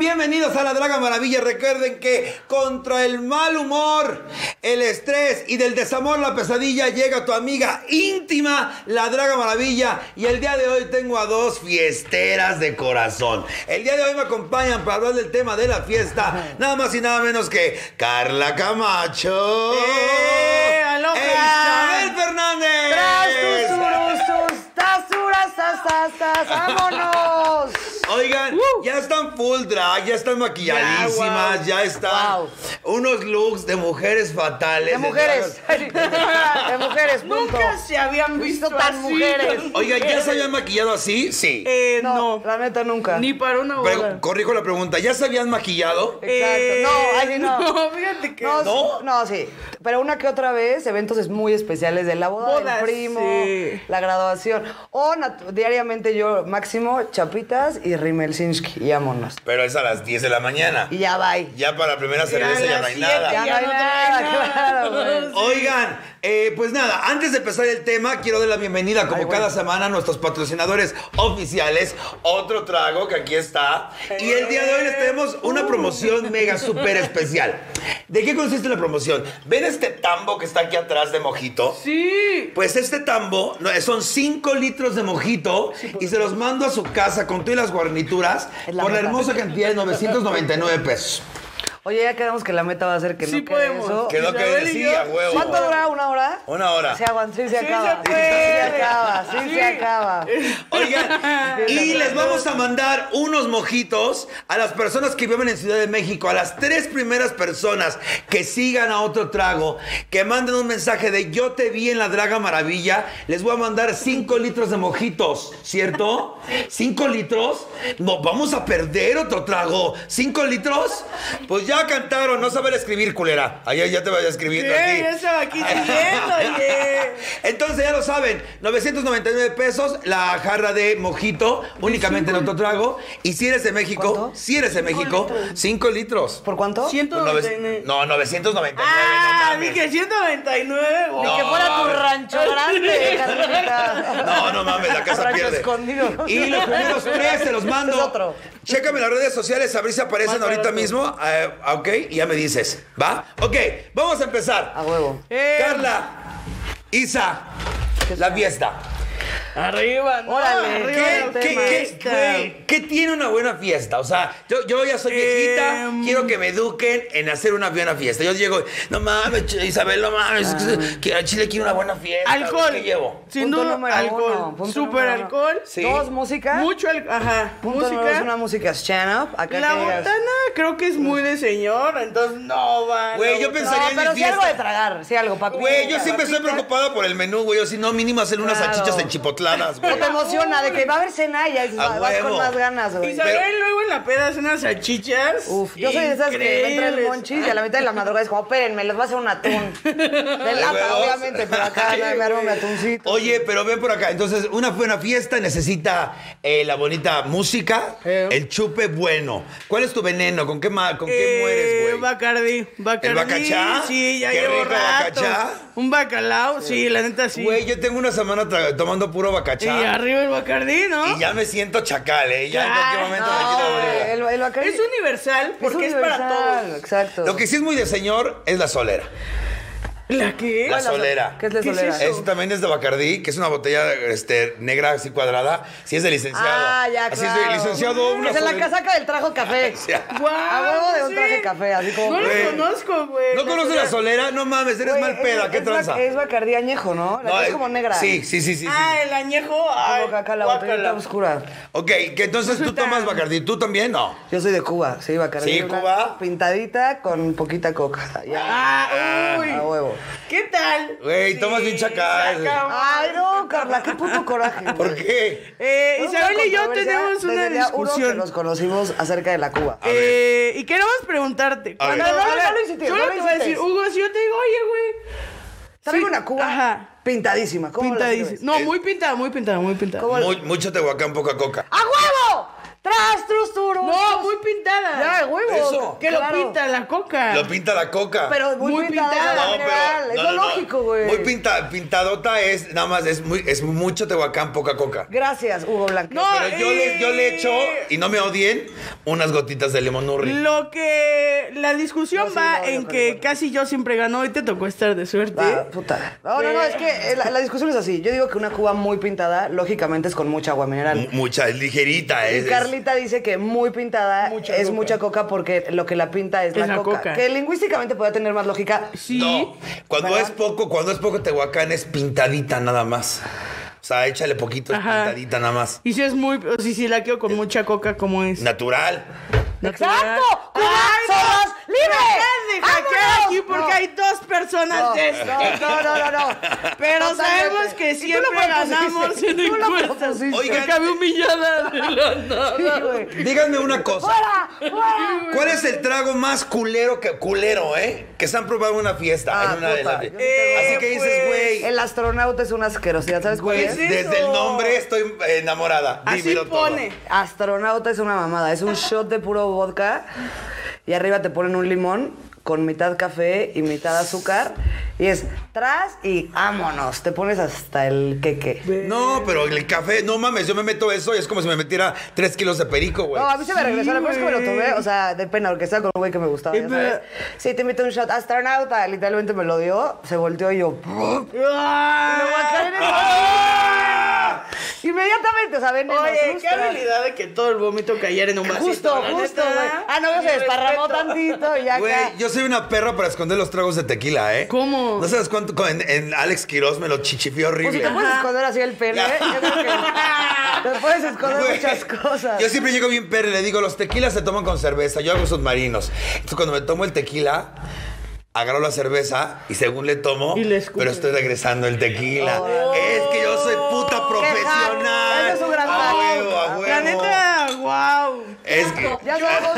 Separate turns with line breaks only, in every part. Bienvenidos a la Draga Maravilla. Recuerden que contra el mal humor, el estrés y del desamor, la pesadilla, llega tu amiga íntima, la Draga Maravilla. Y el día de hoy tengo a dos fiesteras de corazón. El día de hoy me acompañan para hablar del tema de la fiesta, nada más y nada menos que Carla Camacho.
¡Eh, aloha!
e Isabel Fernández.
¡Tras tasuras, tasuras, vámonos!
Oigan, ya están full drag, ya están maquilladísimas,
Ya, wow.
ya están
Wow.
unos looks de mujeres fatales.
De mujeres, de mujeres, punto.
Nunca se habían visto
tan
así,
mujeres.
tan
Oigan, ¿ya
mujeres.
se habían maquillado así? Sí.
Eh,
No,
no,
la neta nunca.
ni para una
Pero
boda.
corrijo la pregunta, ¿ya se habían maquillado?
Exacto,
Eh,
no, ay, sí, no.
No, fíjate que...
No,
¿No?
sí, no, sí. Pero una que otra vez, eventos es muy especiales de la boda,
Bodas,
del primo,
sí.
la graduación. O natu- diariamente yo, máximo, chapitas y Rimelsinski, y vámonos.
Pero es a las 10 de la mañana.
Y ya bye.
Ya para la primera cerveza ya no hay nada.
ya no hay nada, claro,
Sí.
Oigan, eh, pues nada, antes de empezar el tema, quiero dar la bienvenida, como cada semana, a nuestros patrocinadores oficiales. Otro trago que aquí está. Y el día de hoy les tenemos una promoción mega súper especial. ¿De qué consiste la promoción? ¿Ven este tambo que está aquí atrás de mojito?
Sí.
Pues este tambo no, son 5 litros de mojito y se los mando a su casa con todas las guarnituras
Es la
por la
meta.
hermosa cantidad de 999 pesos.
Oye, ya quedamos que la meta va a ser que
Sí
no quede
podemos.
eso.
Que-
Quedó que
Isabel y
decir
yo-
a huevo.
¿Cuánto dura? ¿Una hora?
Una hora.
Se aguanta, sí se
Sí se
acaba.
puede.
Sí se acaba, sí,
Sí.
se acaba.
Oigan, y les vamos a mandar unos mojitos a las personas que viven en Ciudad de México, a las tres primeras personas que sigan a otro trago, que manden un mensaje de yo te vi en la Draga Maravilla, les voy a mandar cinco litros de mojitos, ¿cierto? ¿Cinco litros? No, vamos a perder otro trago. ¿Cinco litros? Pues ya cantaron, no saben escribir, culera. Ayer ya te vaya
¿Qué?
escribiendo a ti.
Ya estaba aquí diciendo,
Pues
oye.
Entonces ya lo saben, 999 pesos la jarra de mojito, únicamente en otro trago. Y si eres de México,
¿Cuánto?
si eres de México, 5 litros.
¿Por cuánto?
Pues
199.
nove- No, 999.
Ah,
no mames.
dije 199.
Ni
wow.
que fuera tu rancho grande, Carlita.
No, no mames, la casa
Rancho
pierde.
escondido.
Y los primeros tres se los mando.
Es otro.
Chécame las redes sociales, a ver si aparecen
Más
ahorita
barato.
mismo. Eh, ok, y ya me dices. ¿Va? Ok, vamos a empezar.
A huevo.
Eh,
Carla, Isa, la fiesta.
Arriba, no.
Órale.
Arriba
¿Qué,
la
qué-
tema
qué-
esta.
güey, qué tiene una buena fiesta? O sea, yo, yo ya soy viejita,
Em.
quiero que me eduquen en hacer una buena fiesta. Yo llego, no mames, Ch- Isabel, no mames, que a Chile quiero una buena fiesta. güey,
Alcohol.
¿Qué llevo?
Sin
Punto
duda,
número uno,
alcohol.
punto
Super
número uno.
alcohol.
Sí.
Dos, música.
Mucho alcohol. Ajá.
Punto número dos, una música stand up. Acá
La
que digas.
botana creo que es muy de señor, entonces no va.
Güey,
la
yo
botana.
pensaría
No,
en mi
pero sí algo de
fiesta.
tragar, sí algo, Paco.
Güey, yo siempre estoy preocupada por el menú, güey. Yo si no, mínimo hacer unas
Claro.
salchichas en chipotlanas,
O
güey.
te emociona de que va a haber cena y ya dices,
A
va- vas
huevo.
con más ganas, güey.
Isabel
Pero-
luego en la peda hace unas salchichas.
Uf, yo soy de esas que me entra el
increíbles.
monchis y a la mitad de la madrugada es como, espérenme, les voy a hacer un atún. De
huevos.
lata, obviamente, pero acá
Ay,
me armo mi atuncito.
Oye, pero ven por acá. Entonces, una buena fiesta necesita eh, la bonita música,
Eh.
el chupe bueno. ¿Cuál es tu veneno? ¿Con qué, ma- con qué
Eh,
mueres, güey?
Bacardí, Bacardí.
bacachá?
Sí, ya
Qué
llevo
rico
rato.
bacachá.
Un bacalao, sí. la neta sí.
Güey, yo tengo una semana tra- tomando puro
y
bacachá.
arriba el Bacardí, ¿no?
Y ya me siento chacal, ¿eh? Ya en
Ay,
cualquier momento me quita la
No,
oreja.
el, el Bacardí-
Es universal porque es, para
universal,
todos.
Exacto.
Lo que sí es muy de señor es la solera.
¿La qué?
La
es la
solera.
sol- qué es la
¿Qué es
solera?
eso?
Eso también es de Bacardí, que es una botella este, negra así cuadrada. Sí es de licenciado.
Ah, ya,
Así es
claro.
de licenciado. una Ah,
Es en la
solera.
casaca del trajo café.
Ya.
Guau,
A huevo de
no
un
sé.
traje café, así como-
No
Güey.
lo conozco, güey.
¿No conoces la solera? No mames, eres
Güey,
mal peda. ¿Qué
es,
tranza?
bac- Es Bacardí añejo, ¿no? La
No, eh,
que es como negra.
Sí, sí, sí, sí. sí.
Ah, el añejo. Ay,
Como acá la
guácala.
botellita oscura.
Ok, que entonces tú
Resulta-
tomas Bacardí. ¿Tú también? No.
Yo soy de Cuba, sí, Bacardí.
Sí,
una
Cuba.
Pintadita con poquita coca. Ya,
Ah, uy.
a huevo.
¿Qué tal?
Güey, tomas bien chacal.
se acabó.
Ay, no, Carla, qué puto coraje. güey.
¿Por qué?
Eh,
Fue una
Isabel y yo
controversia
tenemos
desde
una
el día uno que
discusión.
nos conocimos acerca de la Cuba.
Eh, y queremos preguntarte.
A ver.
cuando-
No,
no,
a ver,
no lo hiciste, no
Yo lo
lo
que voy a
hiciste.
decir, Hugo, si yo te digo, oye, güey,
Traigo
sí,
una Cuba
ajá.
pintadísima. ¿Cómo
pinta,
la
dice.
sirves?
No, muy pintada, muy pintada, muy pintada.
¿Cómo la-
Mu- mucho tehuacán, poca coca.
¡A huevo! ¡Tras, trus, turus!
No, muy pintada.
Ya, a huevo.
Eso.
Que lo
Claro.
pinta la coca.
Lo pinta la coca.
Ah. Pero muy,
Muy
pintada,
pintada.
en
No,
general.
pero-
es
no,
lo
no, no.
lógico. rico, güey.
Muy pinta- pintadota es, nada más, es, muy, es mucho Tehuacán, poca coca.
Gracias, Hugo Blanco.
No,
Pero yo le, yo le echo, y no me odien, unas gotitas de limón urri.
Lo que. La discusión
No, sí,
va
no, yo
en
creo
que
que no.
casi yo siempre gano y te tocó estar de suerte.
Ah, puta. No, no, no, es que eh, la, la discusión es así. Yo digo que una cuba muy pintada, lógicamente, es con mucha agua
M-
mineral.
Mucha, es ligerita.
Y
Mm, Es, es-
Carlita dice que muy pintada
Mucha
es
coca.
mucha coca porque lo que la pinta es, la, coca, Que lingüísticamente podría tener más lógica.
Sí.
No, cuando
¿Verdad?
es poco, cuando es poco Tehuacán es pintadita nada más. O sea, échale poquito, es
Ajá.
pintadita nada más.
Y si es muy. O si, si la quiero con mucha coca, como es.
Natural.
Natural.
¡Exacto! ¡Cubas, somos
Dejen de hackear aquí
libres!
porque hay dos personas
No,
de estas.
no, no, no, no.
Pero
Totalmente.
sabemos
Y
que
tú
siempre
lo propusiste,
ganamos en
tú lo
encuestas.
propusiste.
Oigan.
Acabé humillada de la
Sí,
nada.
güey.
Díganme una cosa.
¡Fuera! ¡Fuera!
¿Cuál es el trago más culero que culero, eh? Que se han probado en una fiesta,
Ah,
en una de
puta,
las-
yo sí
tengo-
Así que dices,
Eh,
güey,
El astronauta es una asquerosidad, ¿sabes cuál
güey,
es?
es
desde
eso?
el nombre estoy enamorada.
Así
Dímelo todo.
pone.
Astronauta es una mamada, es un shot de puro vodka y arriba te ponen un limón con mitad café y mitad azúcar y es tras y vámonos, te pones hasta el queque.
No, pero el café, no mames, yo me meto eso y es como si me metiera tres kilos de perico, güey.
No, a mí se me regresó, la primera vez que me lo
Pues güey.
tomé, o sea, de pena, porque estaba con un güey que me gustaba, ya
Eh,
sabes. Sí, te invito a un shot, astronauta, literalmente me lo dio, se volteó y yo... "Pup".
Ah.
Lo guardé en el-
¡Ah!
Inmediatamente, o sea, ven,
Oye,
nos
qué
frustra.
habilidad de que todo el vómito cayera en un vasito.
Justo,
la
justo,
neta.
güey. Ah, no,
Mi
se desparramó
respeto.
tantito y ya acá.
Güey, yo soy una perra para esconder los tragos de tequila, ¿eh?
¿Cómo?
No sabes cuánto. con- En, en Alex Quiroz me lo chichifió
Pues si
horrible.
te puedes esconder así el pene, ¿eh? yo creo que te puedes esconder
Güey,
muchas cosas.
Yo siempre llego bien perra y le digo, los tequilas se toman con cerveza, yo hago submarinos. Entonces cuando me tomo el tequila, agarro la cerveza y según le tomo,
Y le escupe.
pero estoy regresando el tequila.
Oh.
Es que yo soy puta profesional.
Ese es un gran
A
hack.
huevo, a
La
huevo.
La neta, wow.
Es que...
Ya sabemos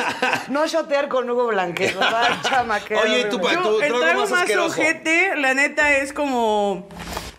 no shotear con Hugo Blanquet, ¿verdad? Chamaquero.
Oye, tú,
horrible.
pa- tu
Yo, el
trago
trago
más
más
asqueroso.
ojete, la neta, es como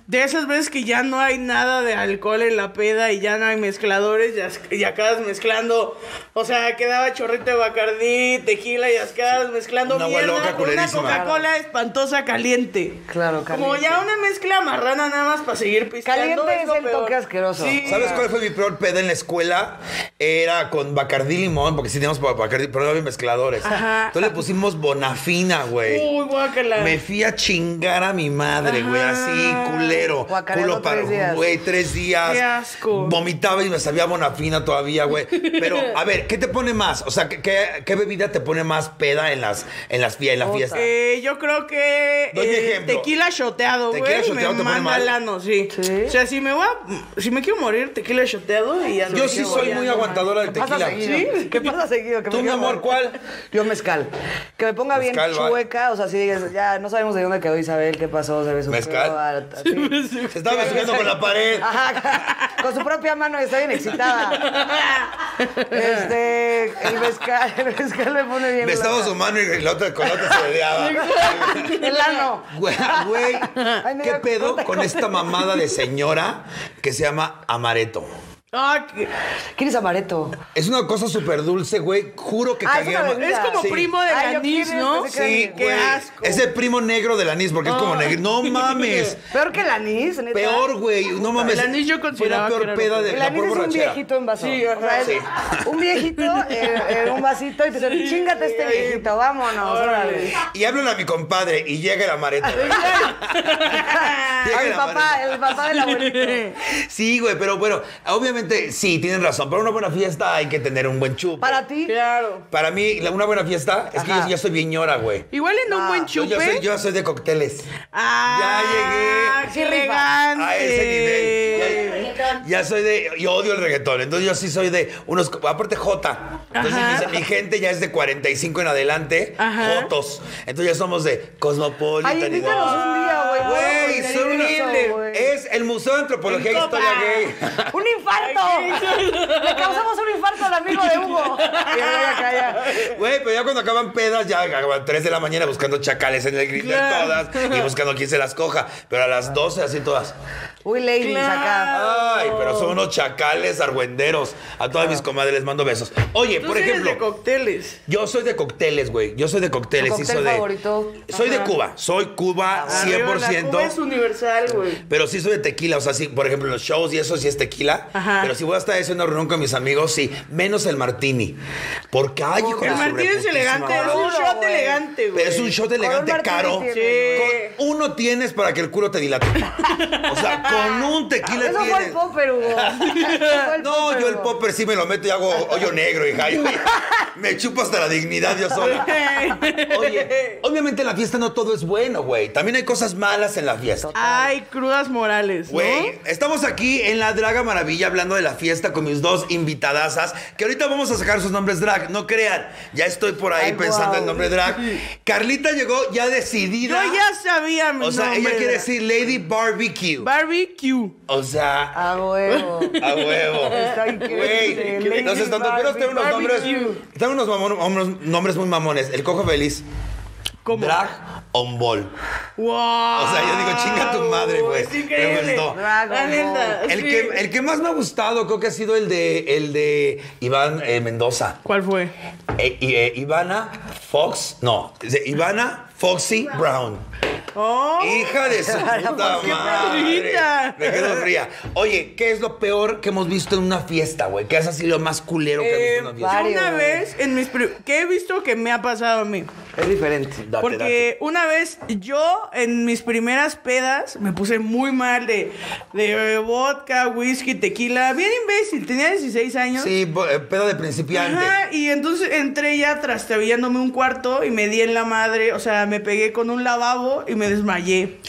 de esas veces que ya no hay nada de alcohol en la peda y ya no hay mezcladores y, as- y acabas mezclando. O sea, quedaba chorrito de bacardí, tequila y acabas mezclando
Una agua
mierda
loca
con una
culerísima.
Coca-Cola espantosa caliente.
Claro,
Como
caliente.
ya una mezcla marrana nada más para seguir pisteando.
Caliente es
lo
el
peor.
toque asqueroso.
Sí.
¿Sabes cuál fue mi peor peda en la escuela? Era con Bacardí Limón, porque sí teníamos pa- Bacardí, pero no había mezcladores.
Ajá.
Entonces le pusimos Bonafina, güey.
Uy, guácala.
Me fui a chingar a mi madre, güey, así, culero.
Guacareando
Culo para,
tres días.
güey, tres días.
Qué asco.
Vomitaba y me sabía bonafina todavía, güey. Pero, a ver, ¿qué te pone más? O sea, ¿qué, qué, qué bebida te pone más peda en las, en las fie- en la
Puta.
fiesta?
Eh, yo creo que
Doy mi
eh,
ejemplo.
tequila shoteado, güey.
Tequila shoteado
me
te pone
manda
mal.
al ano, sí.
Sí.
O sea, si me voy a, si me quiero morir, tequila shoteado y ya no
Yo
me
sí
quiero
soy
morir,
muy
no
aguantadora del
¿Qué pasa
tequila.
seguido? ¿Qué pasa seguido? Que
Tú,
me
mi
quedo-
amor, ¿cuál?
Yo mezcal. Que me ponga
Mezcal,
bien
va.
chueca, o sea, si digas, ya no sabemos de dónde quedó Isabel, qué pasó, se besuqueó.
Mezcal.
ah,
mames.
sí. Ah,
Se estaba besuqueando con la pared.
Ajá, con su propia mano está bien excitada. Este, el mezcal, el mezcal me pone bien.
Besaba
loca.
su mano y la otra con la otra se bedeaba.
El ano.
Güey, güey,
Ay, me
¿qué
da
pedo
cuenta
con
cómo-
esta mamada de señora que se llama amareto?
Ah, que-
¿Quién es amareto?
Es una cosa súper dulce, güey. Juro que
Ah, es
cagué.
una
ama-
bebida.
es como
Sí.
primo de
Ay, yo
anís,
quiero,
¿no?
pensé que
Sí,
Qué
güey.
asco. Ah.
Es el primo negro del anís, porque es como negro. No mames.
Peor que el anís, neta.
Peor, güey. No mames.
El anís yo consideraba
Fue
que
la
era
peor peda
lo
de
El
la
anís
peor
es un
borrachera.
viejito en vaso.
Sí, ajá.
O sea, es
Sí.
Un viejito en, en un vasito y te dicen, chingate este viejito, vámonos, órale.
Y hablan a mi compadre y llega el amareto. Llega
A mi
el
papá, el papá del abuelito.
Sí, güey, pero bueno, obviamente sí, tienen razón. Para una buena fiesta hay que tener un buen chup. Para,
Para ti,
Claro.
mí, la- una buena fiesta es que
Ajá.
yo, yo soy bien ñora, güey.
Igual en un buen
Yo,
chupe.
yo soy, yo soy de cócteles.
Ah,
Ya
llegué.
qué elegante.
A ese nivel. Ya, ya soy de. Yo odio el reggaetón. Entonces yo sí soy de unos. Aparte J. Entonces
Ajá.
mi, mi gente ya es de 45 en adelante.
Ajá.
Jotos. Entonces ya somos de cosmopolitan.
ay,
y de-
invítanos un día, güey.
Güey,
Vamos,
son una-
increíble, güey.
Es el Museo de Antropología e
En
Historia
Copa.
Gay.
¡Un infarto! Le causamos un infarto al amigo de Hugo. Ya, ya, ya, ya.
Güey, pero ya cuando acaban pedas, ya acaban 3 de la mañana buscando chacales en el grinder
Claro.
todas y buscando quién se las coja. Pero a las 12 así todas.
Uy, ladies
Claro.
acá.
Ay, pero son unos chacales argüenderos. A todas mis comadres les mando besos. Oye,
Ah. Tú
por
sí eres
ejemplo,
de cócteles.
yo soy de cócteles, güey. Yo soy de cócteles.
¿Tu
sí
cóctel
soy de-
favorito?
Soy de
Ajá.
Cuba. Soy Cuba
Arriba, Ah, la
100%.
Cuba es universal, güey.
Pero sí soy de tequila, o sea, sí, por ejemplo, en los shows y eso sí es tequila.
Ajá.
Pero si voy hasta eso en una reunión con mis amigos, sí, menos el martini. Porque, ay, hijo de
El
su
Martín es
reputísima
elegante, es
madre.
un
Maduro,
shot
güey.
elegante, güey.
Pero es un shot elegante
Con un martini
caro.
tienes,
Sí.
Con uno tienes para que el culo te dilate. O sea, con un
Ah,
tequila
Eso fue el
tienes.
popper, Hugo. Eso fue el
No, yo el
Hugo.
popper sí me lo meto y hago hoyo negro, hija. Yo- me chupo hasta la dignidad yo solo. Oye, obviamente en la fiesta no todo es bueno, güey. También hay cosas malas en la fiesta.
Ay, crudas morales, ¿no?
Güey, estamos aquí en la Draga Maravilla hablando de la fiesta con mis dos invitadasas, que ahorita vamos a sacar sus nombres drag, no crean, ya estoy por ahí
Ay,
pensando
guau.
el nombre drag. Carlita llegó ya
Yo
decidida.
ya sabía mi
O sea, ella
nombre.
quiere decir Lady Barbecue.
Barbecue.
o sea,
A Ah, huevo.
a huevo.
Está increíble,
Güey,
Lady
los estandoperos tienen unos nombres,
Barbecue.
tienen unos, mamon- unos nombres muy mamones. El cojo feliz,
¿Cómo?
drag on ball.
Wow.
O sea, yo digo, chinga tu madre, güey.
Es increíble.
Pero pues no.
Dragon
La neta,
El
sí.
que, el que más me ha gustado creo que ha sido el de, el de Iván eh, Mendoza.
¿Cuál fue?
Eh, y, eh, Ivana Fox, no, es de Ivana Foxy Brown.
Oh,
Hija de su puta
qué
madre.
perrita.
Me quedo fría. Oye, ¿qué es lo peor que hemos visto en una fiesta, güey? ¿Qué es así lo más culero que
eh,
has visto en una fiesta?
varios.
una vez en mis pri- que he visto que me ha pasado a mí.
Es diferente.
Date,
Eh, Porque
date.
una vez yo en mis primeras pedas me puse muy mal de, de eh, vodka, whisky, tequila. Bien imbécil, tenía 16 años.
Sí, bo- eh, pedo de principiante.
Ajá, y entonces entré ya trastabillándome un cuarto y me di en la madre, o sea, me pegué con un lavabo y me desmayé.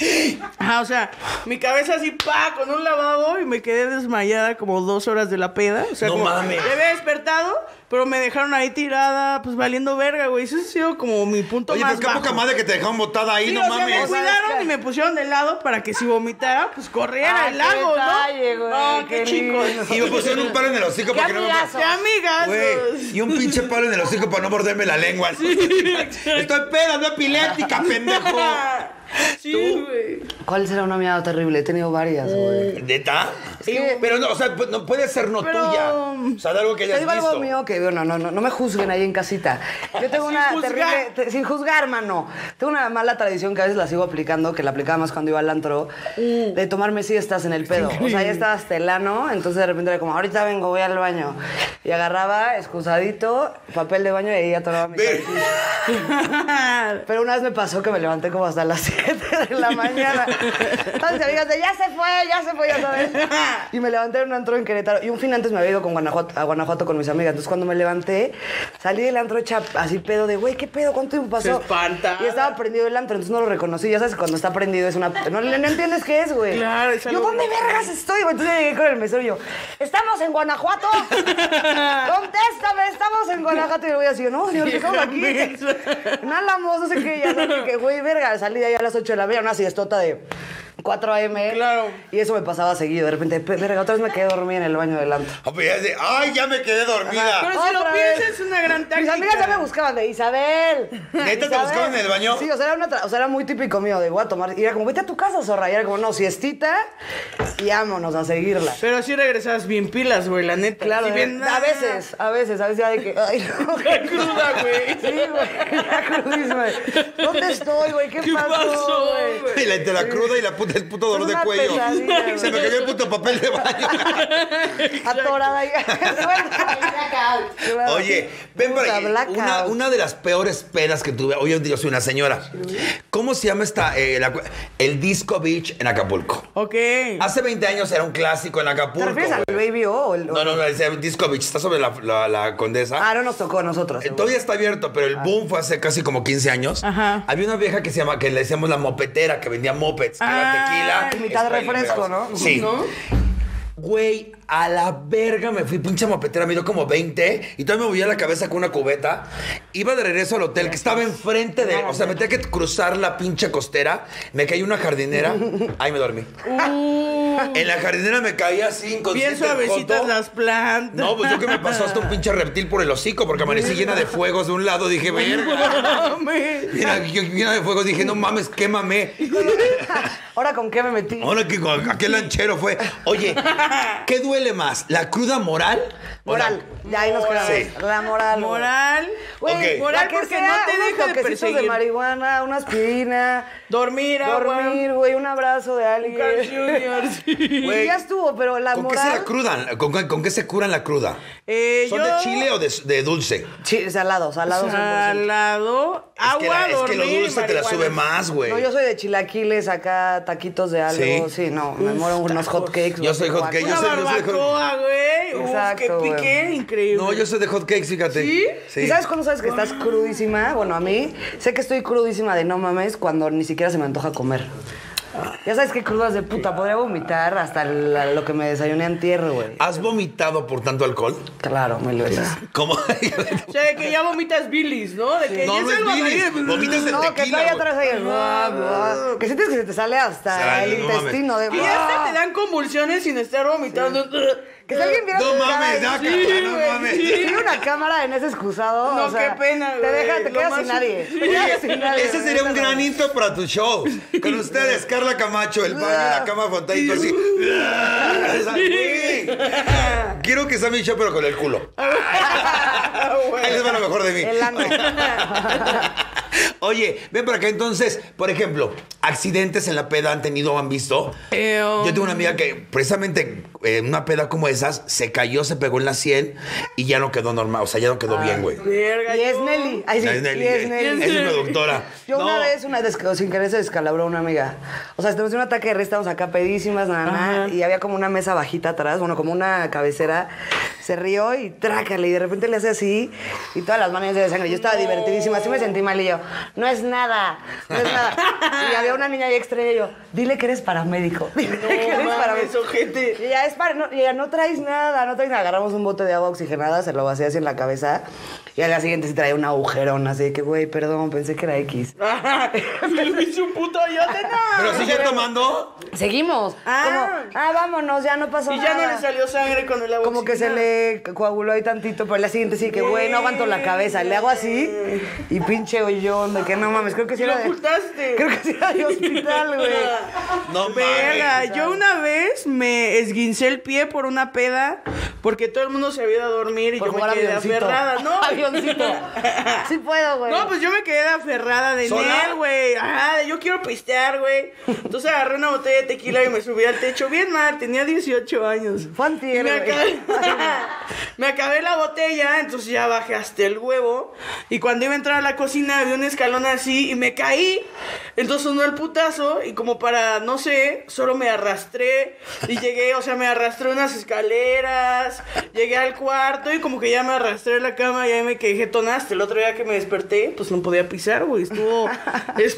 Ajá, o sea, mi cabeza así, pa, con un lavabo y me quedé desmayada como dos horas de la peda. O sea,
No
como-
mames.
Me había despertado, pero me dejaron ahí tirada, pues valiendo verga, güey. Eso ha sido como mi punto
Oye,
más
pues qué
bajo.
poca madre que te dejaron botada ahí,
Sí,
no
o sea, me
mames.
cuidaron y me pusieron de lado para que si vomitara, pues corriera
Ah,
el
qué
lago,
detalle,
¿no?
güey,
Ah, qué,
qué
chicos.
lindo.
Y me pusieron un palo en el hocico
Qué
para que no me
amigazo.
¡Qué amigazos! pues,
Güey, y un pinche palo en el hocico para no morderme la lengua. Estoy peda, no epiléptica, pendejo.
Sí, güey.
¿Cuál será una miedo terrible? He tenido varias, güey.
¿Neta?
que-
Pero no, o sea, pues, no puede ser no
Pero-
tuya. O sea, de algo que
Te
hayas
digo algo
visto.
mío que, bueno, no, no, no me juzguen ahí en casita. Yo tengo
Sin
una
juzgar.
terrible, te- sin juzgar, mano. Tengo una mala tradición que a veces la sigo aplicando, que la aplicaba más cuando iba al antro, de tomarme siestas en el pedo. O sea, ya estaba hasta el ano, entonces de repente era como, ahorita vengo, voy al baño. Y agarraba, excusadito, papel de baño y ahí ya tomaba mi
Ve.
cabecita. Pero una vez me pasó que me levanté como hasta las 7 de la mañana. Todas mis amigas de, ya se fue, ya se fue, ya sabes. Y me levanté en un antro en Querétaro. Y un fin antes me había ido con Guanajuato, a Guanajuato con mis amigas. Entonces cuando me levanté, salí del antro hecha así pedo de, güey, ¿qué pedo? ¿Cuánto tiempo pasó?
Se espanta.
Y estaba prendido el antro, entonces no lo reconocí. Ya sabes, cuando está prendido es una... No, no entiendes qué es, güey.
Claro, es
Yo,
algo-
¿dónde vergas estoy? güey? Entonces llegué con el mesero y yo, ¿estamos en Guanajuato? Contéstame, estamos en Guanajuato. Y el güey así, no, señor, que estamos aquí.
Vieja
En Álamos, no sé qué, ya no sé qué, güey, verga, salí de ahí a las 8 de la mañana, una siestota de 4 a.m.
Claro.
Y eso me pasaba seguido, de repente, pe- verga, otra vez me quedé dormida en el baño del antro.
Ah, pues, ya de- Ay, ya me quedé
Pero
dormida.
si lo
Otra
piensas,
vez.
es una gran
Mis
táctica.
amigas ya me buscaban de Isabel.
¿Neta te
Isabel.
buscaban en el baño?
Sí, o sea, era, una tra- o sea, era muy típico mío de voy a tomar. Y era como, vete a tu casa, zorra. Y era como, no, siestita y vámonos a seguirla.
Pero sí regresas bien pilas, güey, la neta.
Claro,
Sí,
de-
bien-
a veces, a veces, a veces ya de que. Ay, no.
Qué cruda, güey.
Sí, güey, la crudísima. ¿Dónde estoy, güey? ¿Qué,
¿Qué pasó, güey?
Y la, entre la cruda y la puta, el puto dolor
Es
de
una
cuello.
pesadilla, güey.
Se me cayó el puto papel de baño.
atorada ahí. Claro.
Oye, ven
Puta,
para aquí.
blackout.
Una, una de las peores pedas que tuve. Hoy en día yo soy una señora. ¿Cómo se llama esta? eh, la cu- el Disco Beach en Acapulco.
Ok.
Hace 20 años era un clásico en
¿Te
Acapulco.
refieres al
güey.
Baby O? o el-
No, no, no, es el Disco Beach. Está sobre la, la- la condesa.
Ah, no nos tocó a nosotros.
Eh,
seguro.
Todavía está abierto, pero el boom fue hace casi como 15 años.
Ajá.
Había una vieja que se llama, que le decíamos la mopetera, que vendía mopeds, que
Ah,
era tequila.
y mitad
spray
refresco,
limpiados.
¿no?
Sí.
¿No?
Güey, a la verga me fui, pinche mopetera, me dio como 20 y todavía me movía la cabeza con una cubeta. Iba de regreso al hotel que estaba enfrente de, o sea, me tenía que cruzar la pinche costera, me caí en una jardinera, ahí me dormí.
Uh,
En la jardinera me caía así
Bien
inconsciente. el
suavecitas
joto.
las plantas.
No, pues yo que me pasó hasta un pinche reptil por el hocico porque amanecí llena de fuegos de un lado, dije, verga.
Mames.
Mira, yo llena de fuegos, dije, no mames, quémame.
Ahora con qué me metí.
Ahora que con aquel lanchero fue. Oye, ¿qué duele más? ¿La cruda moral? o la-
Moral. Ya ahí nos quedamos.
Sí.
La moral. güey.
Moral.
Güey,
Ok.
la
Moral
que
porque
sea,
no te
unos
deja de
toquecitos
perseguir.
marihuana, una aspirina,
Dormir, agua.
dormir, güey, un abrazo de alguien.
Carl Jr., sí.
Güey,
Ya estuvo, pero la
¿Con qué se
moral.
la crudan? ¿Con, con- con qué se curan la cruda?
Eh,
¿Son
yo-
de chile o de, de dulce?
Sí, salado, salado. 100%.
Salado,
Es que, la- es
agua,
que lo
dormir y
dulce te la sube
marihuana.
más, güey.
No, yo soy de chilaquiles acá, taquitos de algo.
Sí.
Sí, no, me muero unos hot cakes.
Yo soy hot cake,
Una
yo soy- soy-
barbacoa, güey. Uf, qué
Exacto, güey.
piqué, increíble.
No, yo soy de hot cakes, fíjate.
¿Sí?
¿Y sabes cuándo sabes que estás crudísima? Bueno, a mí sé que estoy crudísima de no mames cuando ni siquiera se me antoja comer. Ya sabes que crudas de puta, podría vomitar hasta la- lo que me desayuné antier, güey.
¿Has vomitado por tanto alcohol?
Claro, mil veces.
¿Cómo?
O sea, de que ya vomitas bilis, ¿no? De que
no,
ya
no
es algo
es bilis,
amarillo.
Vomitas de
No, que
tequila.
trae
güey.
atrás ahí el guau, guau, Que sientes que se te sale hasta
Sale,
el
no mames.
intestino de
Y hasta
guau.
te dan convulsiones sin estar vomitando.
Que si alguien viera
No
tu cara
mames,
ahí,
Daca,
Sí,
no
güey,
mames.
sí.
Si una cámara en ese excusado.
No,
o sea,
qué pena,
Te
güey.
deja, te
Lo
quedas
más-
sin nadie. Te
Oye,
quedas sin nadie,
Ese
güey,
sería un
neta,
gran
no.
intro para tu show. Con ustedes, Carla Camacho, el baño,
Ah.
la cama Fontaine, todo así. Ah, Esa- güey. Quiero que sea mi show, pero con el culo. Ahí les va lo mejor de mí.
El ano.
Oye, ven para acá entonces, por ejemplo, accidentes en la peda han tenido o han visto.
Eh, um,
Yo tengo una amiga que precisamente eh, en una peda como esas se cayó, se pegó en la 100 y ya no quedó normal, o sea, ya no quedó
Ah,
bien, güey.
Verga,
Y es
yo-
Nelly. Ay, sí,
Es Nelly,
y es
eh.
Nelly.
Es una doctora.
Yo una
No.
vez, una desca- sin querer, se descalabró una amiga. O sea, tenemos un ataque de risa, estábamos acá pedísimas, nada, nada,
Ajá.
y había como una mesa bajita atrás, bueno, como una cabecera. Se rió y trácale, y de repente le hace así, y todas las manos de sangre. Yo estaba divertidísima, así me sentí mal, y yo, no es nada, no es nada. Y había una niña ahí extraña, y yo, dile que eres paramédico. Dile
No,
que eres
mames,
paramédico.
ojete.
Y ya es para, no, y ya no traes nada, no traes nada. Agarramos un bote de agua oxigenada, se lo vacía así en la cabeza. Y al día siguiente se trae un agujerón, así de que, güey, perdón, pensé que era X.
Ajá. Le hice un puto ayote, no.
Pero sigue tomando.
Seguimos.
Ah.
Como, ah, vámonos, ya no pasó
Y
nada.
ya no le salió sangre con el agua.
Como que se
oxigenada.
le coaguló ahí tantito, pero al día siguiente sí, que, güey, no aguanto la cabeza. Le hago así y pinche hoyón, de que no mames, creo que sí
Lo
era de.
ocultaste.
Creo que sí era de hospital, güey.
No mames.
Verga, yo una vez me esguincé el pie por una peda porque todo el mundo se había ido a dormir y
Por
yo me
jugar
quedé
avioncito.
aferrada, ¿no?
Avioncito. Sí puedo, güey.
No, pues yo me quedé aferrada de
¿Sola?
Nel, güey. Ajá, de yo quiero pistear, güey. Entonces agarré una botella de tequila y me subí al techo. Bien mal, tenía 18 años.
Fue antier,
Y me,
güey.
acabé, me acabé la botella, entonces ya bajé hasta el huevo. Y cuando iba a entrar a la cocina había un escalón así y me caí. Entonces sonó el putazo y como para, no sé, solo me arrastré y llegué, o sea, me arrastré unas escaleras, llegué al cuarto y como que ya me arrastré en la cama y ahí me quedé tonaste. El otro día que me desperté, pues no podía pisar, güey, estuvo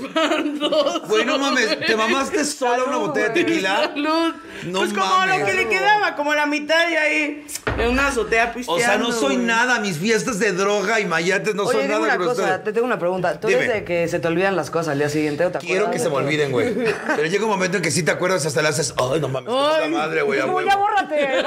espantoso.
Güey, no mames, te mamaste sola una botella de tequila.
Salud.
No
pues como
mames.
la que le quedaba, como la mitad y ahí en una azotea pisteando.
O sea, no soy
güey.
nada. Mis fiestas de droga y mayates no
Oye,
son
dime
nada.
una
pero
cosa,
ustedes-
te tengo una pregunta. ¿Tú
Dime.
eres de que se te olvidan las cosas al día siguiente o te
Quiero
acuerdas
que
de
se me
todo?
olviden, güey. Pero llega un momento en que sí te acuerdas hasta le haces, ay, no mames, qué puta
Ay,
madre, güey. a
Como,
huevo".
ya bórrate,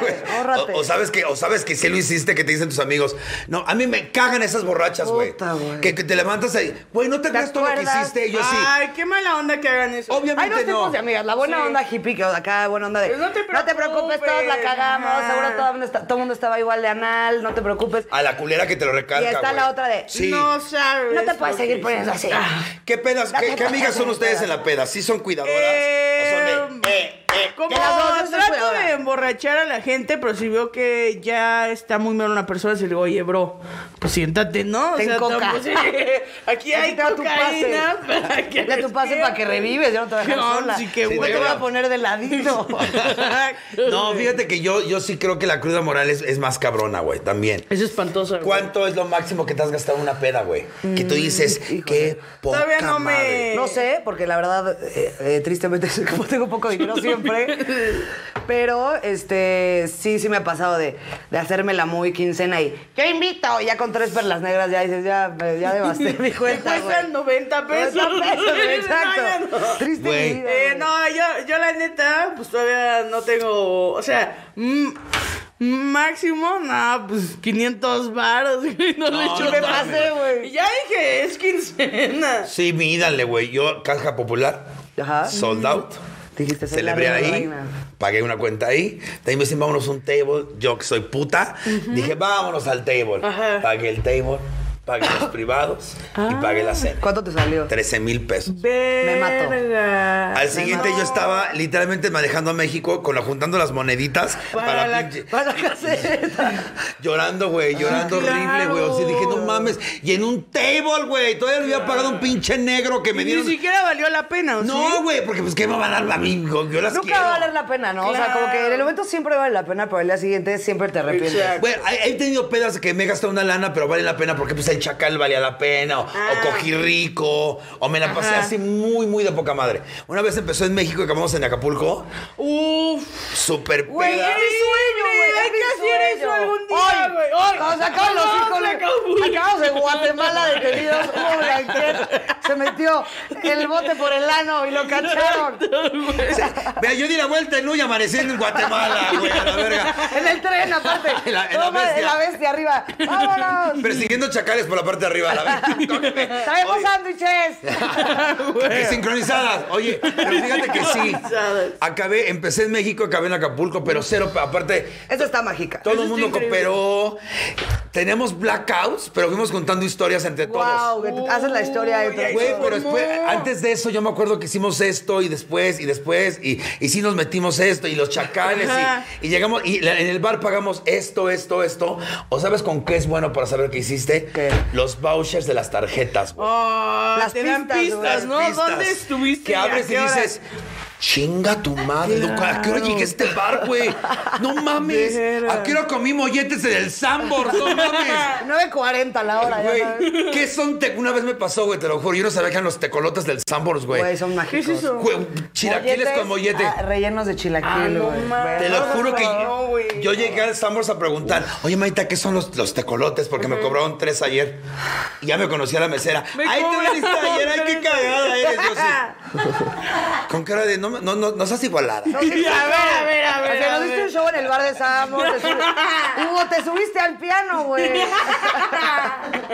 Güey.
bórrate, bórrate.
O, o sabes que, o sabes que sí lo hiciste, que te dicen tus amigos. No, a mí me cagan esas borrachas, güey.
Puta, güey.
Que, que te levantas ahí, güey, no te acuerdas todo lo que
acuerdas?
hiciste. Y Yo sí.
Ay, qué mala onda que hagan eso.
Obviamente
Hay dos
no.
tipos de amigas, la buena
Sí.
onda hippie, que acá buena onda de
Pues no te
preocupes, todos la
preocupes,
cagamos,
ajá.
seguro todo el, mundo está- todo el mundo estaba igual de anal, no te preocupes.
A la culera que te lo recalca.
Y está
güey.
la otra de,
Sí.
No sabes.
No te
lo que
puedes seguir
hice.
poniendo así.
¿Qué pedas, qué, qué amigas son ustedes en la peda? ¿Sí son cuidadoras? ¿O son de, eh, eh,
Como
Que las dos, yo soy
trato
cuidadora.
de emborrachar a la gente, pero si veo que ya está muy mal una persona, se le digo, oye, bro, pues siéntate, ¿no?
Ten coca.
tampoco- sí, aquí
Aquí
hay
te va tu
cocaína para que
Ya tu pase para que revives, yo no te voy a dejar
No,
sola.
sí, qué
no te
bueno.
voy a poner de ladito.
No, fíjate que yo, yo sí creo que la cruda moral es, es más cabrona, güey, también.
Es espantoso. güey.
¿Cuánto es lo máximo que te has gastado en una peda, güey? Que
Mm,
tú dices, qué poca
Todavía no me-
madre.
No sé, porque la verdad, eh, eh, tristemente, como tengo poco dinero siempre, Pero, este, sí, sí me ha pasado de, de hacerme la muy quincena y yo invito, ya con tres perlas negras ya dices, ya, me- ya devasté mi cuenta, güey.
Cuestan 90 pesos.
90 pesos,
Ay,
exacto.
no.
Triste
Güey.
vida,
Eh,
güey.
no, yo, yo la neta, pues todavía no tengo, o sea, mm, máximo, nada, pues 500 varos, güey, no, le
No,
echo
no
nada.
mames.
pasé, güey.
Y Ya dije, es quincena.
Sí, mírale, güey. Yo, caja popular,
Ajá.
sold out.
Dijiste, soy la
Celebré
reina,
ahí,
reina.
pagué una cuenta ahí. También me dicen, vámonos a un table. Yo que soy puta, dije, vámonos al table.
Ajá.
Pagué el table, pagué los privados y pagué la cena.
¿Cuánto te salió?
13 mil pesos.
mató.
Verga.
Al siguiente yo estaba literalmente manejando a México, con la, juntando las moneditas
Para
para,
la-
pinche-
Para la caseta.
Llorando, güey, llorando
claro.
horrible, güey. O sea, dije, no mames. Y en un table, güey. Todavía le había pagado un pinche negro que me
Ni
dieron.
siquiera valió la pena, ¿o
No,
sí?
güey, porque pues qué me van a dar a mí, güey? yo las
Nunca
quiero.
va a valer la pena, ¿no? O sea, como que en el momento siempre vale la pena, pero el día siguiente siempre te arrepientes.
Exacto.
Güey, he he tenido pedas que me he gastado una lana, pero vale la pena porque pues el chacal valía la pena, o, o
Ah.
cogí rico, o me la pasé
Ajá.
así muy, muy de poca madre. Una vez empezó en México y acabamos en Acapulco,
Uf.
súper peda.
Güey, es mi sueño, güey.
Hay
es
que
mi
hacer eso
sueño.
algún día,
Hoy,
güey. Hoy.
Cuando sacaron los
Vamos
hijos,
a Acapulco.
acabamos de Guatemala detenidos. Hubo blanquet, se metió el bote por el ano y lo cacharon.
Vea, yo di la vuelta y no, y amanecí en Guatemala, güey, a la verga.
En el tren, aparte.
En la- en la
Toma,
bestia.
en la bestia arriba. ¡Vámonos!
Persiguiendo chacales por la parte de arriba, a la verga.
¡Traemos
Oye,
sándwiches!
Que sincronizadas. Oye, pero fíjate que sí.
Sincronizadas.
Acabé, empecé en México, acabé en Acapulco, pero cero. Aparte,
Esta está mágica.
Todo
Eso
el
está
mundo
increíble.
cooperó. Tenemos blackouts, pero fuimos contando historias entre
Wow,
todos.
que te- haces la historia
Uy,
entre
ahí
Güey,
todos.
pero después, antes de eso, yo me acuerdo que hicimos esto y después y después y, y sí nos metimos esto y los chacales
Ajá.
y, y llegamos y la- en el bar pagamos esto, esto, esto. ¿O sabes con qué es bueno para saber qué hiciste?
¿Qué?
Los vouchers de las tarjetas, güey.
Oh,
Las
te dan
pistas,
pistas,
Las
¿no?
pistas
¿Dónde estuviste?
Que
a
abres y
qué hora?
dices, chinga tu madre, loco, ¿a qué hora llegué a este bar, güey? No mames,
Verga.
¿a qué hora comí molletes en el Sambor? No mames.
9.40 la hora, ya sabes.
Güey, ¿qué son te- Una vez me pasó, güey, te lo juro. Yo no sabía que eran los tecolotes del Sambors, güey.
Güey, son mágicos.
¿Qué es eso?
Güey, chilaquiles con mollete.
ah, rellenos de
Ah,
chilaquil,
no
güey.
mames.
te lo
no,
juro que
no, güey.
yo llegué al Sambors a preguntar, oye, Maita, ¿qué son los, los tecolotes? Porque me cobraron tres ayer. Y ya me conocía la mesera.
Me
Ahí te
cobraron
veniste ayer, ay, qué
tres
cagada eres. Yo sí. ¿Con qué hora de.? No, me- no, no, no seas igualada.
No, sí,
A ver, a ver, a ver,
O sea,
a
nos diste
ver.
un este show en el bar de Samo. Te sub- Hugo, te subiste al piano, güey.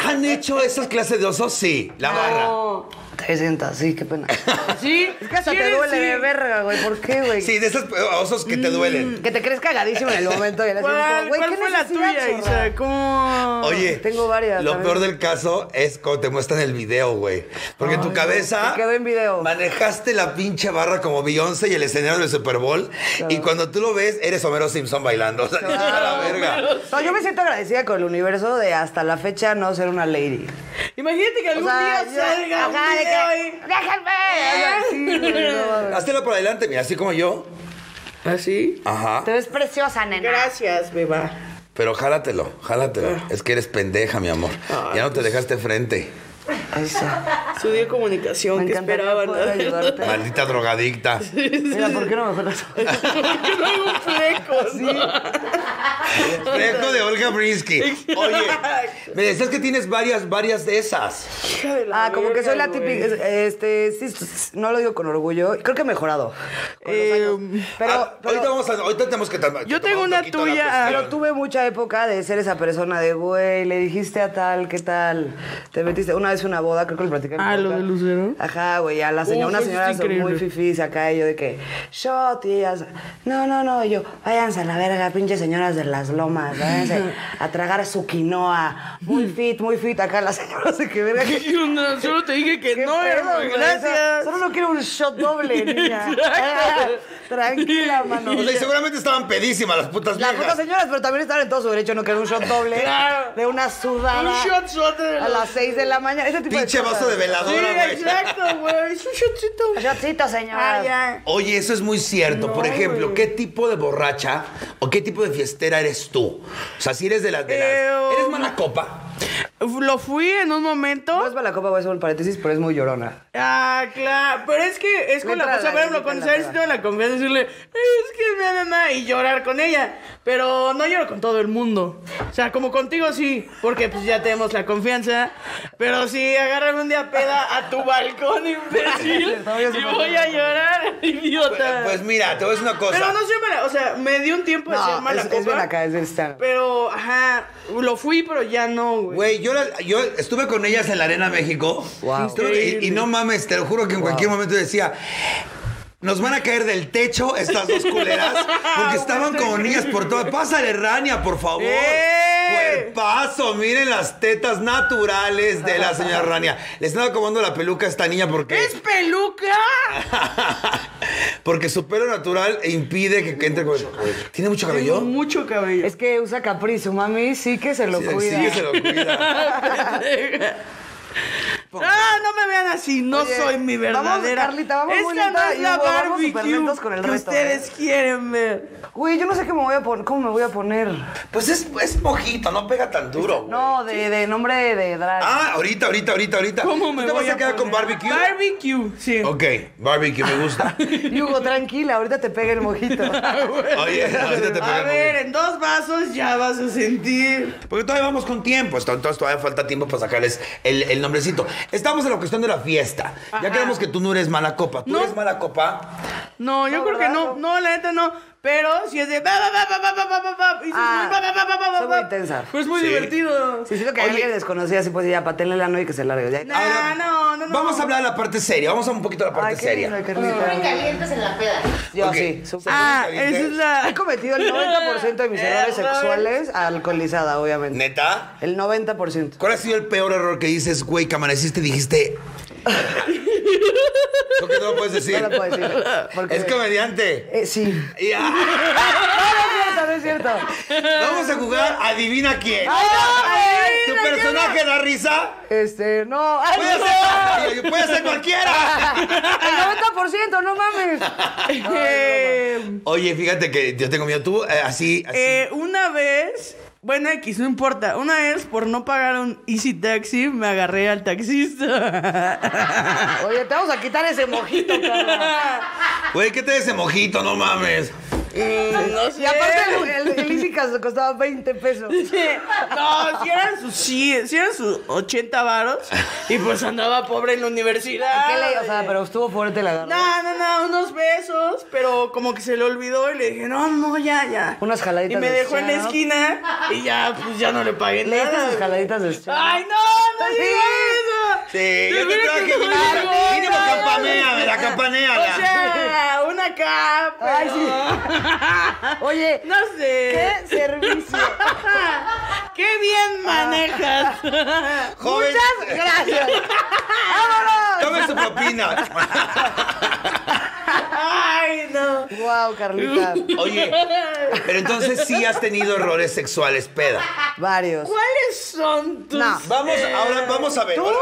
¿Han hecho esas clases de osos? Sí, la barra.
No.
300, sí, qué pena.
Pues Sí.
Es que hasta
sí
te
eres,
duele
sí.
de verga, güey. ¿Por qué, güey?
Sí, de esos osos que te duelen.
Que te crees cagadísimo en el momento. Y le haces
¿Cuál,
como, güey,
cuál
¿qué
fue la
necesidad,
tuya,
zorra?
Isa? ¿Cómo?
Oye,
Ah. Tengo varias,
Lo
a ver.
peor del caso es cuando te muestran el video, güey. Porque en tu cabeza.
te quedó en video.
Manejaste la pinche barra como Beyoncé y el escenario del Super Bowl. Y cuando tú lo ves, eres Homero Simpson bailando. O sea, dices, "A la verga.
No, yo me siento agradecida con el universo de hasta la fecha no ser una lady.
Imagínate que
O
algún
sea,
día
yo-
salga un
ajá, de
video
que,
ahí.
¡Déjenme! O sea, sí, güey, no mames.
Háztelo para adelante, mira, así como yo.
¿Así?
Ajá.
Te ves preciosa, nena.
Gracias, beba.
Pero jálatelo, jálatelo. Es que eres pendeja, mi amor. ya no te
pues.
dejaste frente.
Eso.
Estudié comunicación,
Me
que
encantaría
esperaban.
poder ayudarte.
Maldita drogadicta.
Mira, ¿por qué no me acuerdas?
Porque no hay un fleco, ¿sí?
Fresco de Olga Brinsky. Oye, me decías que tienes varias, varias de esas.
Hija de la
Ah, como que
verga,
soy la
güey.
típica. Este, sí, s- no lo digo con orgullo. Creo que he mejorado. con los
Eh,
años. Pero,
Ah,
pero-
ahorita, vamos a- ahorita tenemos que tam- que
Yo
tomar
tengo
un
una
poquito la
tuya, ah,
cuestión.
pero tuve mucha época de ser esa persona de, güey, le dijiste a tal, ¿qué tal? Te metiste una vez en una boda, creo que lo platicé. en el
Ah, lo
podcast.
de Lucero.
Ajá, güey, a la señora,
Uf,
una
eso está
señora muy
increíble.
fifís acá, y yo de que, shot, y ellas, no, no, no, y yo, váyanse a la verga, pinches señoras de las lomas, váyanse a tragar su quinoa, muy fit, muy fit, acá la señora se que verga, que
Yo no, solo te dije que
¿Qué
no,
pedo,
hermano,
güey?
gracias.
Solo no quiero un shot doble, niña. Ah, Tranquila, mano.
O sea, y seguramente estaban pedísimas las putas
Las
viejas.
putas señoras, pero también están en todo su derecho no querer un shot doble.
Claro.
De una sudada.
Un shot sote de
A
la-
las 6 de la mañana. Ese tipo
Pinche
de cosas.
vaso de
Sí,
veladora, güey.
exacto, güey. Es un shotcito.
Shotcito, señora.
Ah, ya.
Oye, eso es muy cierto. Por ejemplo, ¿qué tipo de borracha o qué tipo de fiestera eres tú? O sea, si eres de las de las.
Eh,
¿Eres mala copa?
Lo fui en un momento.
No es para la copa, voy a hacer un paréntesis, pero es muy llorona.
Ah, claro. Pero es que es con
Letra
la cosa,
la
por
galleta
ejemplo,
en
con
la
Cersei
cara.
tengo la confianza de decirle, "Eh, es que me mamá, y llorar con ella. Pero no lloro con todo el mundo. O sea, como contigo sí, porque pues ya tenemos la confianza. Pero sí, agárrame un día peda a tu balcón, imbécil,
No, yo sí
y
me
voy a llorar, idiota.
Pues mira, te voy a decir una cosa.
Ah. pero no siempre, la- o sea, me dio un tiempo de ser
No,
mala
es, es bien
copa,
acá, es bien stand.
Pero, ajá, lo fui, pero ya no, güey.
Güey, yo, la- yo estuve con ellas en la Arena México.
Wow.
Estuve- y, y no mames, te lo juro que en cualquier momento decía. Nos van a caer del techo estas dos culeras porque estaban como niñas por todo. Pásale, Rania, por favor.
¡Eh!
Cuerpazo, miren las tetas naturales de la señora Rania. Le estaba acomodando la peluca a esta niña porque.
¡Es peluca!
porque su pelo natural impide que, que entre con. ¿Tiene mucho cabello?
Tengo mucho cabello.
Es que usa caprizo, mami, sí que se lo
Sí,
cuida.
sí, que se lo cuida.
Ah, no me vean así, no
Oye,
soy mi
vamos,
verdadera.
Carlita, vamos muy
Esta no
lenta
es
y
la
Hugo, vamos
barbecue
superlentos con el
que
reto, ¿eh?
ustedes quieren ver.
Güey, yo no sé qué me voy a poner, cómo me voy a poner.
Pues es, es mojito, no pega tan duro. güey.
No, de, de nombre de drag.
Ah, ahorita, ahorita, ahorita, ahorita.
¿Cómo me
¿Tú te
voy
vas a quedar con
poner?
barbecue?
Barbecue, sí.
ok, barbecue, me gusta.
Y Hugo, tranquila, ahorita te pega el mojito.
Oye, ahorita te
Ah, A
pego.
ver, en dos vasos ya vas a sentir.
Porque todavía vamos con tiempo, esto- entonces todavía falta tiempo para sacarles el, el nombrecito. Estamos en la cuestión de la fiesta. Ya
Ajá.
queremos que tú no eres mala copa. ¿Tú
No.
eres mala copa?
No, yo
No,
creo que no,
¿verdad?
no, la neta no. Pero si es de. ba, ba, ba, ba, ba, ba, ba, ba, y si es
Ah,
muy ba, ba, ba, ba, ba,
soy
ba,
muy intensa.
Pues es muy
Sí.
divertido.
Si siento que hay
Oye.
alguien desconocida, sí, pues ya, patenle el ano y que se largue. Ya.
Nah, no, no, no.
Vamos a hablar de la parte seria, vamos a un poquito a la parte
Ay, qué
seria.
lindo,
Sufren
Carlita.
calientes en la peda.
Yo
Ok.
sí, súper.
Ah,
Ahorita
esa
bien,
es
¿eh?
la.
He cometido el 90% de mis errores sexuales alcoholizada, obviamente.
¿Neta?
El 90%.
¿Cuál ha sido el peor error que dices, güey, que amaneciste y dijiste... ¿Por qué no lo puedes decir?
No lo puedo decir. Porque...
Es comediante.
Eh, sí. Ah,
Ya.
No, no es cierto, no es cierto.
Vamos a jugar Adivina quién.
Ay, no, ay,
¿Tu personaje da risa?
Este, no. Ay,
Puede
no.
ser, puede ser cualquiera.
El 90%, no mames.
Eh,
Oye, fíjate que yo tengo miedo. Tú, eh, así, así.
Eh, una vez, bueno, X, no importa. Una vez, por no pagar un Easy Taxi, me agarré al taxista.
Oye, te vamos a quitar ese mojito, cabrón.
Güey, ¿qué te da ese mojito? No mames.
no
Y aparte el, el, el Easy Cash costaba 20 pesos.
No, si eran sus, sí, sí eran sus 80 varos. Y pues andaba pobre en la universidad.
¿Qué le, o sea, pero estuvo fuerte la agarró.
No, no, no, unos besos, pero como que se le olvidó y le dije, no, no, ya, ya.
Unas jaladitas
Y me
de
dejó en la
chano.
esquina y ya, pues ya no le pagué
Le diste
nada.
sus jaladitas de chano.
¡Ay, no! ¡No
Sí.
digas eso!
Sí, yo te
hubiera
traje
quedado
mínimo,
algo.
mínimo campaneamela, campaneala.
O sea, una capa.
Ay, sí. Oye,
No sé.
qué servicio.
¡Qué
Ah.
bien manejas!
Joven,
Muchas gracias. ¡Vámonos!
tome su propina.
¡Ay, no!
Wow, Carlita.
Oye, pero entonces sí has tenido errores sexuales, peda.
Varios.
¿Cuáles son tus...?
No.
Vamos, ahora vamos a ver.
¿Tú?
ahora-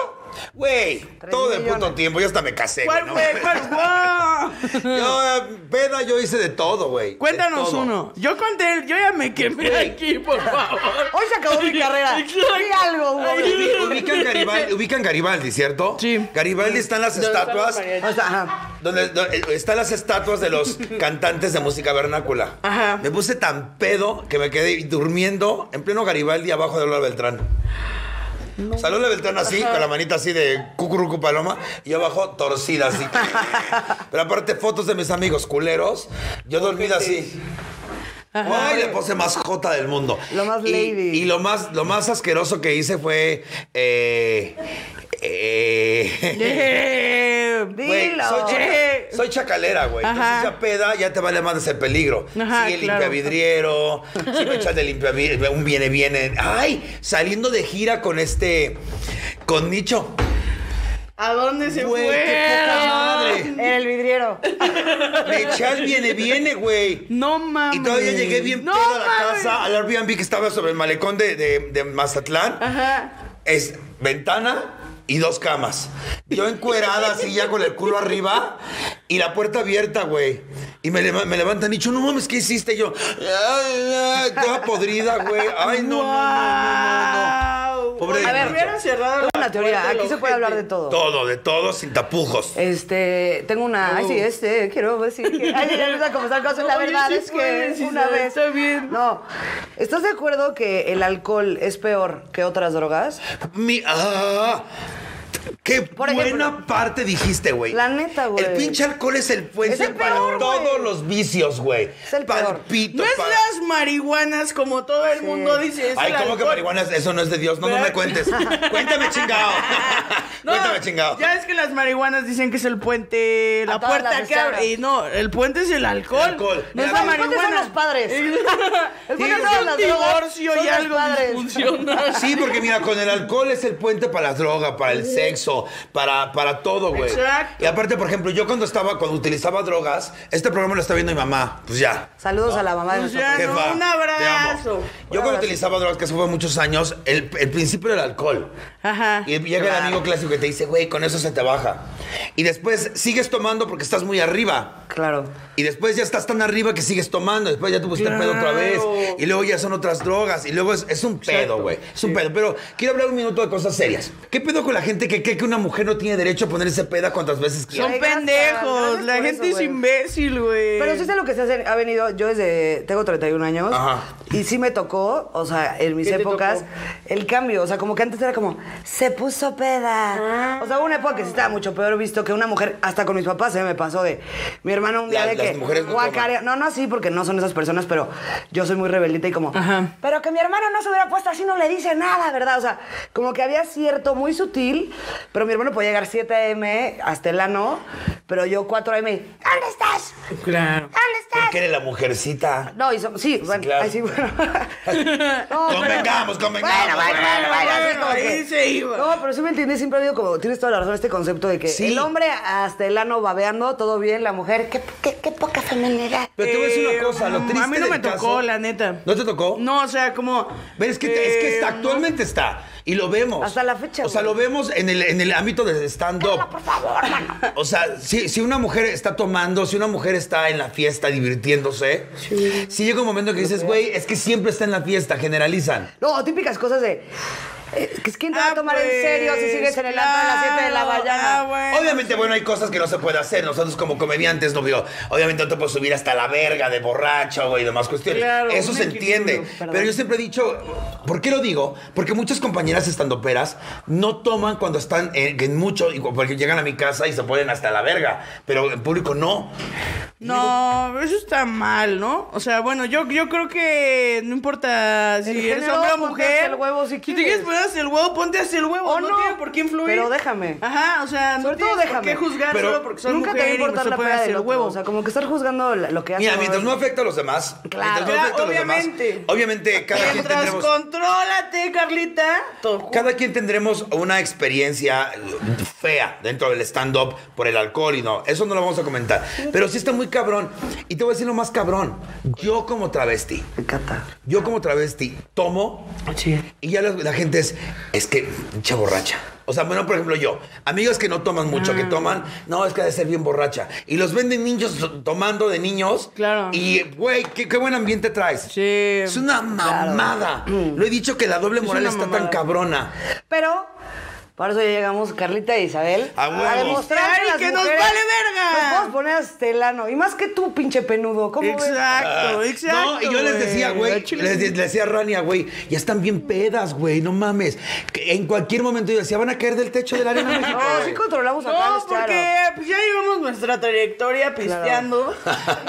Güey,
Tres
todo el puto
millones.
tiempo, ya hasta me casé. güey,
¿Cuál
no
fue?
mames.
¿Cuál fue?
Yo, eh, peda, yo hice de todo, güey. de
Cuéntanos
todo.
uno. Yo conté, el- yo ya me quemé aquí, por favor.
Hoy se acabó mi carrera.
Exacto.
Di algo,
Ubi-
Hugo.
Ubican Garibaldi, ubican Garibaldi, ¿cierto?
Sí.
Garibaldi están las
¿Dónde están los
estatuas.
mariachis?
O sea, ajá.
Donde, donde están las estatuas de los cantantes de música vernácula.
Ajá.
Me puse tan pedo que me quedé durmiendo en pleno Garibaldi abajo de Lola Beltrán. Salió Lola Beltrán así, con la manita así de cucurucu paloma, y yo abajo torcida así. Pero aparte, fotos de mis amigos culeros, yo dormida así. Ay, le puse más jota del mundo.
Lo más
Y-
lady.
Y, lo, más, lo más asqueroso que hice fue. eh, eh,
Eh,
Güey,
Dilo.
soy, chaca-
Eh.
soy chacalera, güey. Entonces
Ajá.
ya peda, ya te vale más ese peligro.
Ajá,
Sigue
claro.
limpiavidriero, sigue echando el limpiavidriero, un viene, viene. Ay, saliendo de gira con este, con Nicho.
¿A dónde se
Güey,
fueron?
qué poca madre.
Era el vidriero.
Me eché al viene, viene, güey.
No mames.
Y todavía llegué bien
no,
pedo a la
mames.
casa, al Airbnb que estaba sobre el malecón de, de- de Mazatlán.
Ajá.
Es ventana y dos camas. Yo encuerada, así ya con el culo arriba y la puerta abierta, güey. Y me, leva- me levantan y dicho, no mames, ¿qué hiciste? Y yo, ay, ay, toda podrida, güey. Ay, no, no, no, no, no, no.
Wow. Pero
Pobre de
a
Nacho.
ver, hubiera cerrado
Tengo
la
una teoría,
puerta el
aquí se puede
ojete.
hablar de todo.
Todo, de todo, sin tapujos.
Este, tengo una. Ay, sí, este, quiero decir que. Ay, ya empieza a confesar cosas. la
Oh. Oye,
verdad
sí
es
puedes,
que una
Isabel,
vez.
está bien.
No. ¿Estás de acuerdo que el alcohol es peor que otras drogas?
Mi. ah, ¡Qué
Por
buena
ejemplo.
parte dijiste, güey!
La neta, güey.
El pinche alcohol es el puente
Es el
para
peor,
todos
güey.
los vicios, güey.
Es el peor.
Palpito,
No es
pa-
las marihuanas como todo el mundo dice. es
Ay,
el
¿cómo que
alcohol.
marihuana? es- Eso no es de Dios. No, no me
¿Verdad?
cuentes. Cuéntame, chingado.
No,
Cuéntame, chingado.
Ya es que las marihuanas dicen que es el puente, la
todas las
puerta
que
que
se
abre.
abren.
Y no, el puente es el alcohol.
alcohol.
No
El
es la
alcohol.
El puente Pues, son
marihuana.
los padres. El puente
Tienes
son
un
las drogas,
divorcio
son
y
los
algo
padres.
disfuncional.
Sí, porque mira, con el alcohol es el puente para la droga, para el sexo, para, para todo, güey.
Exacto.
Y aparte, por ejemplo, yo cuando estaba, cuando utilizaba drogas, este programa lo está viendo mi mamá. Pues ya.
Saludos a la mamá de
Pues
nuestro.
ya.
Jefa,
no, un
te amo.
abrazo.
Yo cuando utilizaba drogas, que eso fue muchos años, el, el principio era el alcohol.
Ajá.
Y llega el
Claro.
amigo clásico que te dice, güey, con eso se te baja. Y después sigues tomando porque estás muy arriba.
Claro.
Y después ya estás tan arriba que sigues tomando. Después ya te pusiste
Claro.
pedo otra vez. Y luego ya son otras drogas. Y luego es, es un pedo, güey. Es un pedo. Pero quiero hablar un minuto de cosas serias. ¿Qué pedo con la gente que cree que una mujer no tiene derecho a ponerse peda cuantas veces quiera?
Son
Ay, gracias,
pendejos.
gracias
La
por
gente
eso,
es
güey.
imbécil, güey.
Pero sí sé lo que se hace, ha venido, yo desde, tengo 31 años,
Ajá.
y sí me tocó, o sea, en mis
¿Qué te
épocas,
tocó?
el cambio, o sea, como que antes era como, se puso peda.
Ah.
O sea, hubo una época que sí estaba mucho peor visto que una mujer, hasta con mis papás, eh, me pasó de, mi hermano un día
La-
de
las
que,
mujeres no
guacarea- no, no así, porque no son esas personas, pero yo soy muy rebeldita y como,
Ajá.
pero que mi hermano no se hubiera puesto así, no le dice nada, ¿verdad? O sea, como que había cierto, muy sutil, pero mi hermano podía llegar 7 m hasta el ano, pero yo 4 m, ¿dónde estás?
Claro.
¿Dónde estás?
Porque eres la mujercita.
No, y son- sí, bueno,
claro.
ay, sí, bueno. No, pero-
Convengamos, convengamos.
Bueno, bueno, bueno, bueno, así es como
Ahí
que-
se iba.
No, pero sí me entiendes, siempre ha habido como, tienes toda la razón, este concepto de que
Sí.
el hombre hasta el ano babeando, todo bien, la mujer, qué, qué, qué poca feminidad.
Pero te voy a decir
Eh,
una cosa, lo triste
A mí no me
del
tocó,
caso-
la neta.
¿No te tocó?
No, o sea, como.
Pero es que, te- es que
eh,
está- actualmente está. Y lo vemos.
Hasta la fecha,
O sea,
güey.
lo vemos en el, en el ámbito de stand-up. O sea, si, si una mujer está tomando, si una mujer está en la fiesta divirtiéndose, si llega un momento que dices, güey, es que siempre está en la fiesta, generalizan.
No, típicas cosas de, eh, que es que te va
Ah,
a tomar en serio si
pues,
sigues en el antro a las 7 de la
claro,
mañana.
ah, bueno.
Obviamente, bueno, hay cosas que no se puede hacer. Nosotros como comediantes, no digo, obviamente no te puedes subir hasta la verga de borracho güey, y demás cuestiones.
Claro,
Eso
un
se
equilibrio,
entiende.
perdón.
Pero yo siempre he dicho, ¿por qué lo digo? Porque muchas compañeras estandoperas no toman cuando están en, en mucho, y cu- porque llegan a mi casa y se ponen hasta la verga. Pero en público no.
No, eso está mal, ¿no? O sea, bueno, yo, yo creo que no importa si
El
eres
género,
hombre o
ponte
mujer.
hasta el huevo si
te quieres
quieres.
poner hasta el huevo, ponte hasta el huevo.
O
no,
no,
tiene por qué influir.
pero déjame.
Ajá, o sea, no
Sobre todo
tienes por
déjame.
qué juzgar
Pero
solo porque soy
Nunca
mujer
te va a
y
importar
me
la
estoy
peda
poniendo hasta
del
el
otro,
huevo.
o sea, como que estar juzgando la- lo que hace.
Mira,
uno
mientras
es-
no afecta a los demás,
Claro.
mientras no afecta a los demás,
Obviamente.
obviamente cada quien
Mientras
tendremos...
contrólate, Carlita. todo
Cada quien tendremos una experiencia fea dentro del stand-up por el alcohol y no. Eso no lo vamos a comentar. Pero sí está muy cabrón. Y te voy a decir lo más cabrón. Yo como travesti,
Me encanta.
yo como travesti tomo y ya la, la gente es, es que pinche borracha. O sea, bueno, por ejemplo, yo, amigos que no toman mucho,
Ah.
que toman, no, es que ha de ser bien borracha. Y los venden niños tomando de niños.
Claro.
Y, güey, qué, qué buen ambiente traes.
Sí. Mm.
Es una mamada. Lo he dicho que la doble moral
una
está tan
mamada.
cabrona.
Pero para eso ya llegamos Carlita e Isabel
A huevo.
demostrar
Ay,
las
que nos
mujeres
vale verga.
nos podemos poner hasta el ano. Y más que tú, pinche penudo. ¿Cómo ves?
Exacto,
Ah,
exacto.
No, y yo les decía, güey,
Al chile
les,
sí.
de- les decía a Rania, güey, ya están bien pedas, güey, no mames. Que en cualquier momento yo decía, van a caer del techo del arena México.
No,
güey.
sí controlamos acá
No,
los
porque pues, ya llevamos nuestra trayectoria pisteando.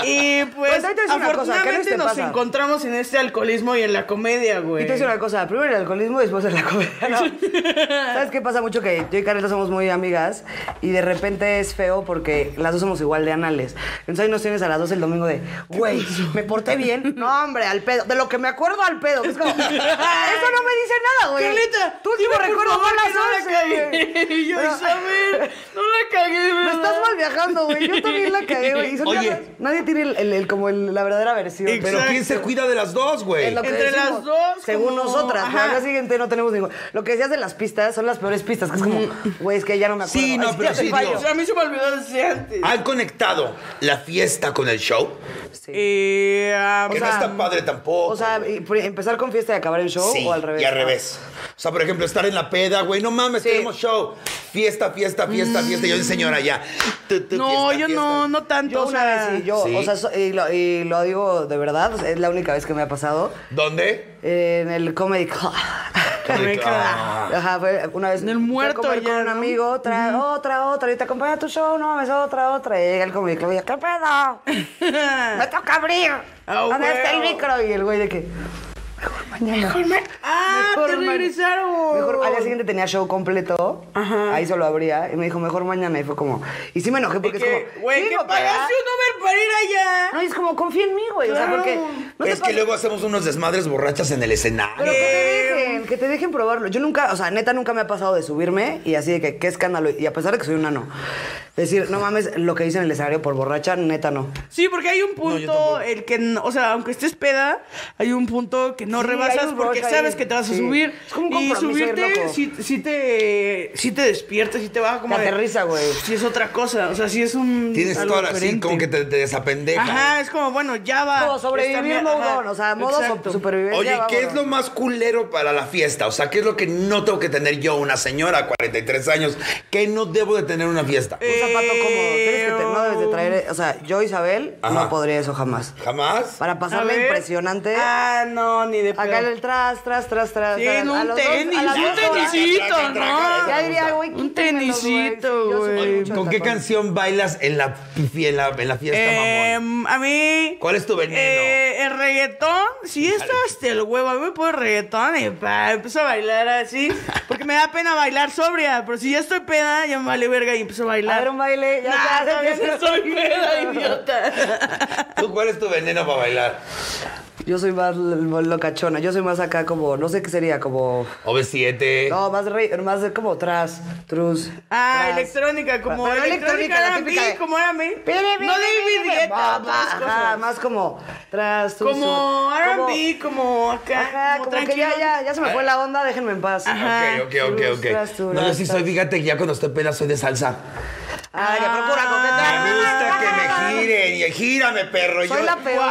Y pues,
Pues ahí te voy a decir una cosa, ¿qué les
afortunadamente
te
nos
pasa?
encontramos en este alcoholismo y en la comedia,
Y
güey.
te dice una cosa, primero el alcoholismo y después el comedia. ¿no? ¿Sabes qué pasa mucho? Que yo y Carlita somos muy amigas y de repente es feo porque las dos somos igual de anales. Entonces ahí nos tienes a las dos el domingo de, güey, me porté bien. No, hombre, al pedo. De lo que me acuerdo al pedo. Es como, eso no me dice nada, güey.
Carlita,
tú
dime
último
por
recuerdo
favor
fue a
que no la
las 11,
cagué.
güey.
Y yo,
Pero-
Isabel, no la cagué,
Me
¿verdad?
estás mal viajando, güey. Yo también la cagué, güey. Y son
Oye.
cosas- Nadie tiene el, el- el- como el- la verdadera versión.
Exacto.
Pero ¿quién se cuida de las dos, güey?
Es lo que
Entre las
decimos.
dos,
Según
como-
nosotras, pero
ajá.
al día siguiente no tenemos ningún. Lo que decías de las pistas son las peores pistas, que es
Mm.
como, güey, es que ya no me acuerdo.
Sí, no,
Ay,
pero
ya te
sí, Ah,
fallo.
Dios.
O sea, a mí se me olvidó desde antes.
Han conectado la fiesta con el show,
Sí.
Eh, ah,
que
sea,
no está padre tampoco.
O sea, y pr- empezar con fiesta y acabar el show
Sí,
o al revés.
Y al revés. O sea, por ejemplo, estar en la peda, güey, no mames,
Sí. Mm.
tenemos show. Fiesta, fiesta, fiesta, fiesta. Yo de señora ya. Tu, tu,
No,
fiesta,
yo
fiesta.
no, no tanto.
Yo
o
una
sea,
vez, y yo,
Sí.
o sea, so- y lo, y lo digo de verdad, o sea, es la única vez que me ha pasado.
¿Dónde?
En el Comedy Club.
me
Ah.
Ajá, fue una vez.
En el
fui a
muerto
comer
ya,
con un
¿no?
amigo, trae otra, otra, y te acompaña a tu show, no mames, otra, otra. Y llega el Comedy Club y yo, ¿qué pedo? ¡Me toca abrir!
Ah,
¿Dónde está el
huevo.
micro? Y el güey de que,
ah,
Mejor
te
man-
regresaron.
Mejor, al día siguiente tenía show completo. Ahí solo abría. Y me dijo, mejor mañana. Y fue como. Y sí me enojé porque
Porque
es como.
güey,
sí,
que
no,
pagaste
pero-
un Uber para ir allá.
No, y es como, confía en mí, güey. O sea,
Claro.
porque. No te
es que
pases-
luego hacemos unos desmadres borrachas en el escenario.
Pero que te dejen, que te dejen probarlo. Yo nunca, o sea, neta, nunca me ha pasado de subirme y así de que, qué escándalo. Y a pesar de que soy un nano, decir, no mames, lo que hice en el escenario por borracha, neta, no.
Sí, porque hay un punto el que, n- o sea, aunque estés peda, hay un punto que no
Sí, hay
rebasas
un
porque
rush ahí.
sabes que te vas a
Sí.
subir.
Es como un
y
compromiso ir
subirte
loco.
si, te si te despiertas, si te baja como
Te
de-
aterriza, güey.
Sí es otra cosa, o sea, sí es un
Tienes
algo
toda la así,
diferente.
como que te, te desapendeja.
Ajá, es como bueno, ya va.
Como sobrevivir,
Ah, Está bien, ajá.
mogón. O sea, modo
Exacto.
so- supervivencia.
Oye, ¿qué es
vámonos.
lo más culero para la fiesta? O sea, ¿qué es lo que no tengo que tener yo, una señora, 43 años? ¿Qué no debo de tener en una fiesta?
Eh,
Un zapato cómodo. Tienes que te-
Pero-
no debes de traer. O sea, yo, Isabel,
Ajá.
no podría eso jamás.
¿Jamás?
Para
A
pasarla
ver.
impresionante.
Ah, no, ni de
Acá en
pedo.
el tras, tras, tras, tras.
Sí,
tras.
en
A
un
los dos- a
tenis,
las
un
dos horas.
tenisito,
Traca, traca,
¿no?
traca.
Ya diría, güey,
Un
quítenmelos, güey.
tenisito,
Yo soy
güey.
mucho
¿Con
de
qué
tacón.
canción bailas en la, en la, en la fiesta,
Eh,
mamón?
a mí.
¿Cuál es tu veneno?
Eh, el reggaetón, sí, está hasta el huevo. A mí me pone reggaetón y pa, empiezo a bailar así. Porque me da pena bailar sobria. Pero si ya estoy peda, ya me vale verga y empiezo
A
a bailar.
ver, un baile. Ya
Nah,
ya,
todavía
ya, ya.
no soy peda, idiota.
¿Tú cuál es tu veneno para bailar?
Yo soy más lo- locachona. Yo soy más acá como, no sé qué sería, como.
OV7.
No, más, re- más de como tras, trus.
Ah,
tras.
electrónica, como
Pero
electrónica,
la
era a mí,
típica de-
como era a mí.
Pere, pere,
no
pere,
David
pere.
Guetta,
Ajá,
otras
Ajá,
cosas.
más como tras, trus.
Como
trus.
R&B, como acá,
Ajá, como que ya,
tranquilo.
ya, ya se me fue la onda, déjenme en paz.
Ajá.
Ok, ok, ok,
Tras,
ok.
tras,
No, yo sí
tras.
soy, fíjate que ya cuando estoy peda soy de salsa.
Ay, ya procura
Ah. Me gusta
coquetear.
que me giren y gírame, perro.
Soy la peor.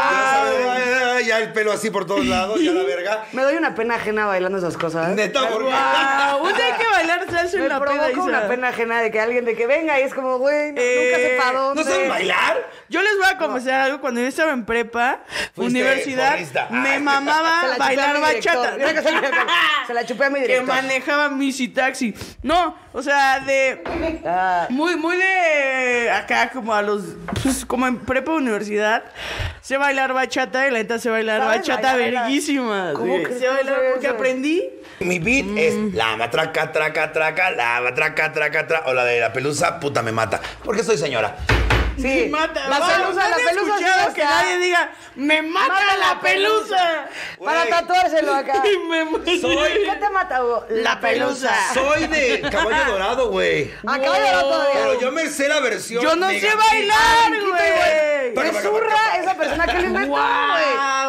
Ya, ya el pelo así por todos lados, ya la verga.
Me doy una pena ajena bailando esas cosas.
Neta, por
Ah, un día hay que bailar salsa
Me
en la peda,
provoca una
Isa.
pena ajena de que alguien de que venga y es como, güey, no- nunca
Eh,
sepa dónde.
¿No saben bailar?
Yo les voy a confesar algo. Cuando yo estaba en prepa,
Fuiste
universidad,
porrista. Ah.
me
Se
mamaba
la chupé a
bailar
mi director.
bachata.
Mira que se la- Se la chupé a mi
que
director.
manejaba Missy Taxi. No, o sea, de.
Ah,
Muy, muy de. Acá, como a los. pues, como en prepa universidad. Sé bailar bachata y la neta sé bailar
¿Sabes
bachata
bailar?
verguísima.
¿Cómo
sí.
crees
Sé
que
bailar
sabes
porque
eso?
aprendí.
Mi beat es la matraca, traca, traca, la matraca, traca, traca. O la de la pelusa, puta me mata. Porque soy señora.
sí.
Me mata.
la
Wow,
pelusa, la
¿no han
pelusa. sí
escuchado
está.
que nadie diga, me mata,
Mata
la,
la
pelusa.
Para
Güey.
tatuárselo acá.
Me mata.
¿Qué te mata, Hugo?
La pelusa.
Soy de caballo dorado, güey.
Acaba de hablar todavía.
Pero yo me sé la versión.
Yo no
mega-
sé bailar,
Qué
güey.
Paca,
Es
paca,
zurra
paca.
esa persona que lo inventó,
Guau.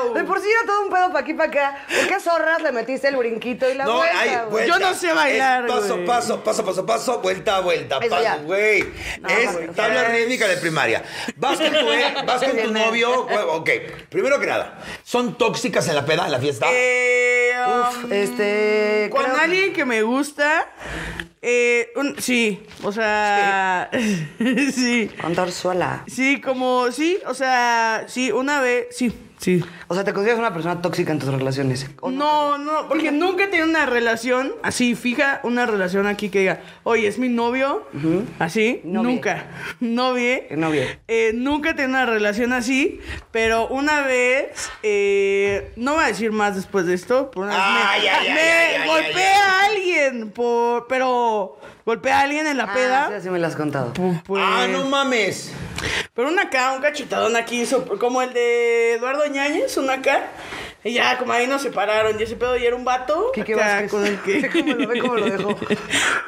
güey. De por sí era todo un pedo pa' aquí pa' acá. ¿Por qué zorras le metiste el brinquito y la
No,
vuelta,
hay
güey?
vuelta.
Yo no sé bailar,
Es paso,
güey.
paso, paso, paso, paso, vuelta, vuelta,
Eso ya.
paso, güey.
No,
es
porque-
tabla rítmica de primaria. Vas con tu, vas con tu novio, güey, ok. Primero que nada, ¿son tóxicas en la peda, en la fiesta?
Eh,
Ah. Uf,
um,
este.
Con
creo-
alguien que me gusta. eh, un- sí, o sea. sí.
Con Tarzuela.
Sí, como. Sí, o sea. Sí, una vez. Sí, sí.
O sea, ¿te consideras una persona tóxica en tus relaciones? ¿O
No, no, porque nunca he tenido una relación así fija, una relación aquí que diga, oye, es mi novio, así,
Novie.
nunca, novie,
Eh, novie.
Eh, nunca he tenido una relación así, pero una vez, eh, no voy a decir más después de esto, pero una vez
Ay,
me,
ay, ay,
me
ay, ay,
golpeé
ay, ay.
a alguien, por, pero golpeé a alguien en la
Ah,
peda.
sí, así me lo has contado.
pu- pues,
Ah, no mames.
pero una acá, un cachetadón aquí, hizo como el de Eduardo Ñañez, una acá. Y ya, como ahí nos separaron, y ese pedo ya era un vato.
Quique
acá
Vázquez.
con el que-
Ve cómo lo- ve cómo lo dejó.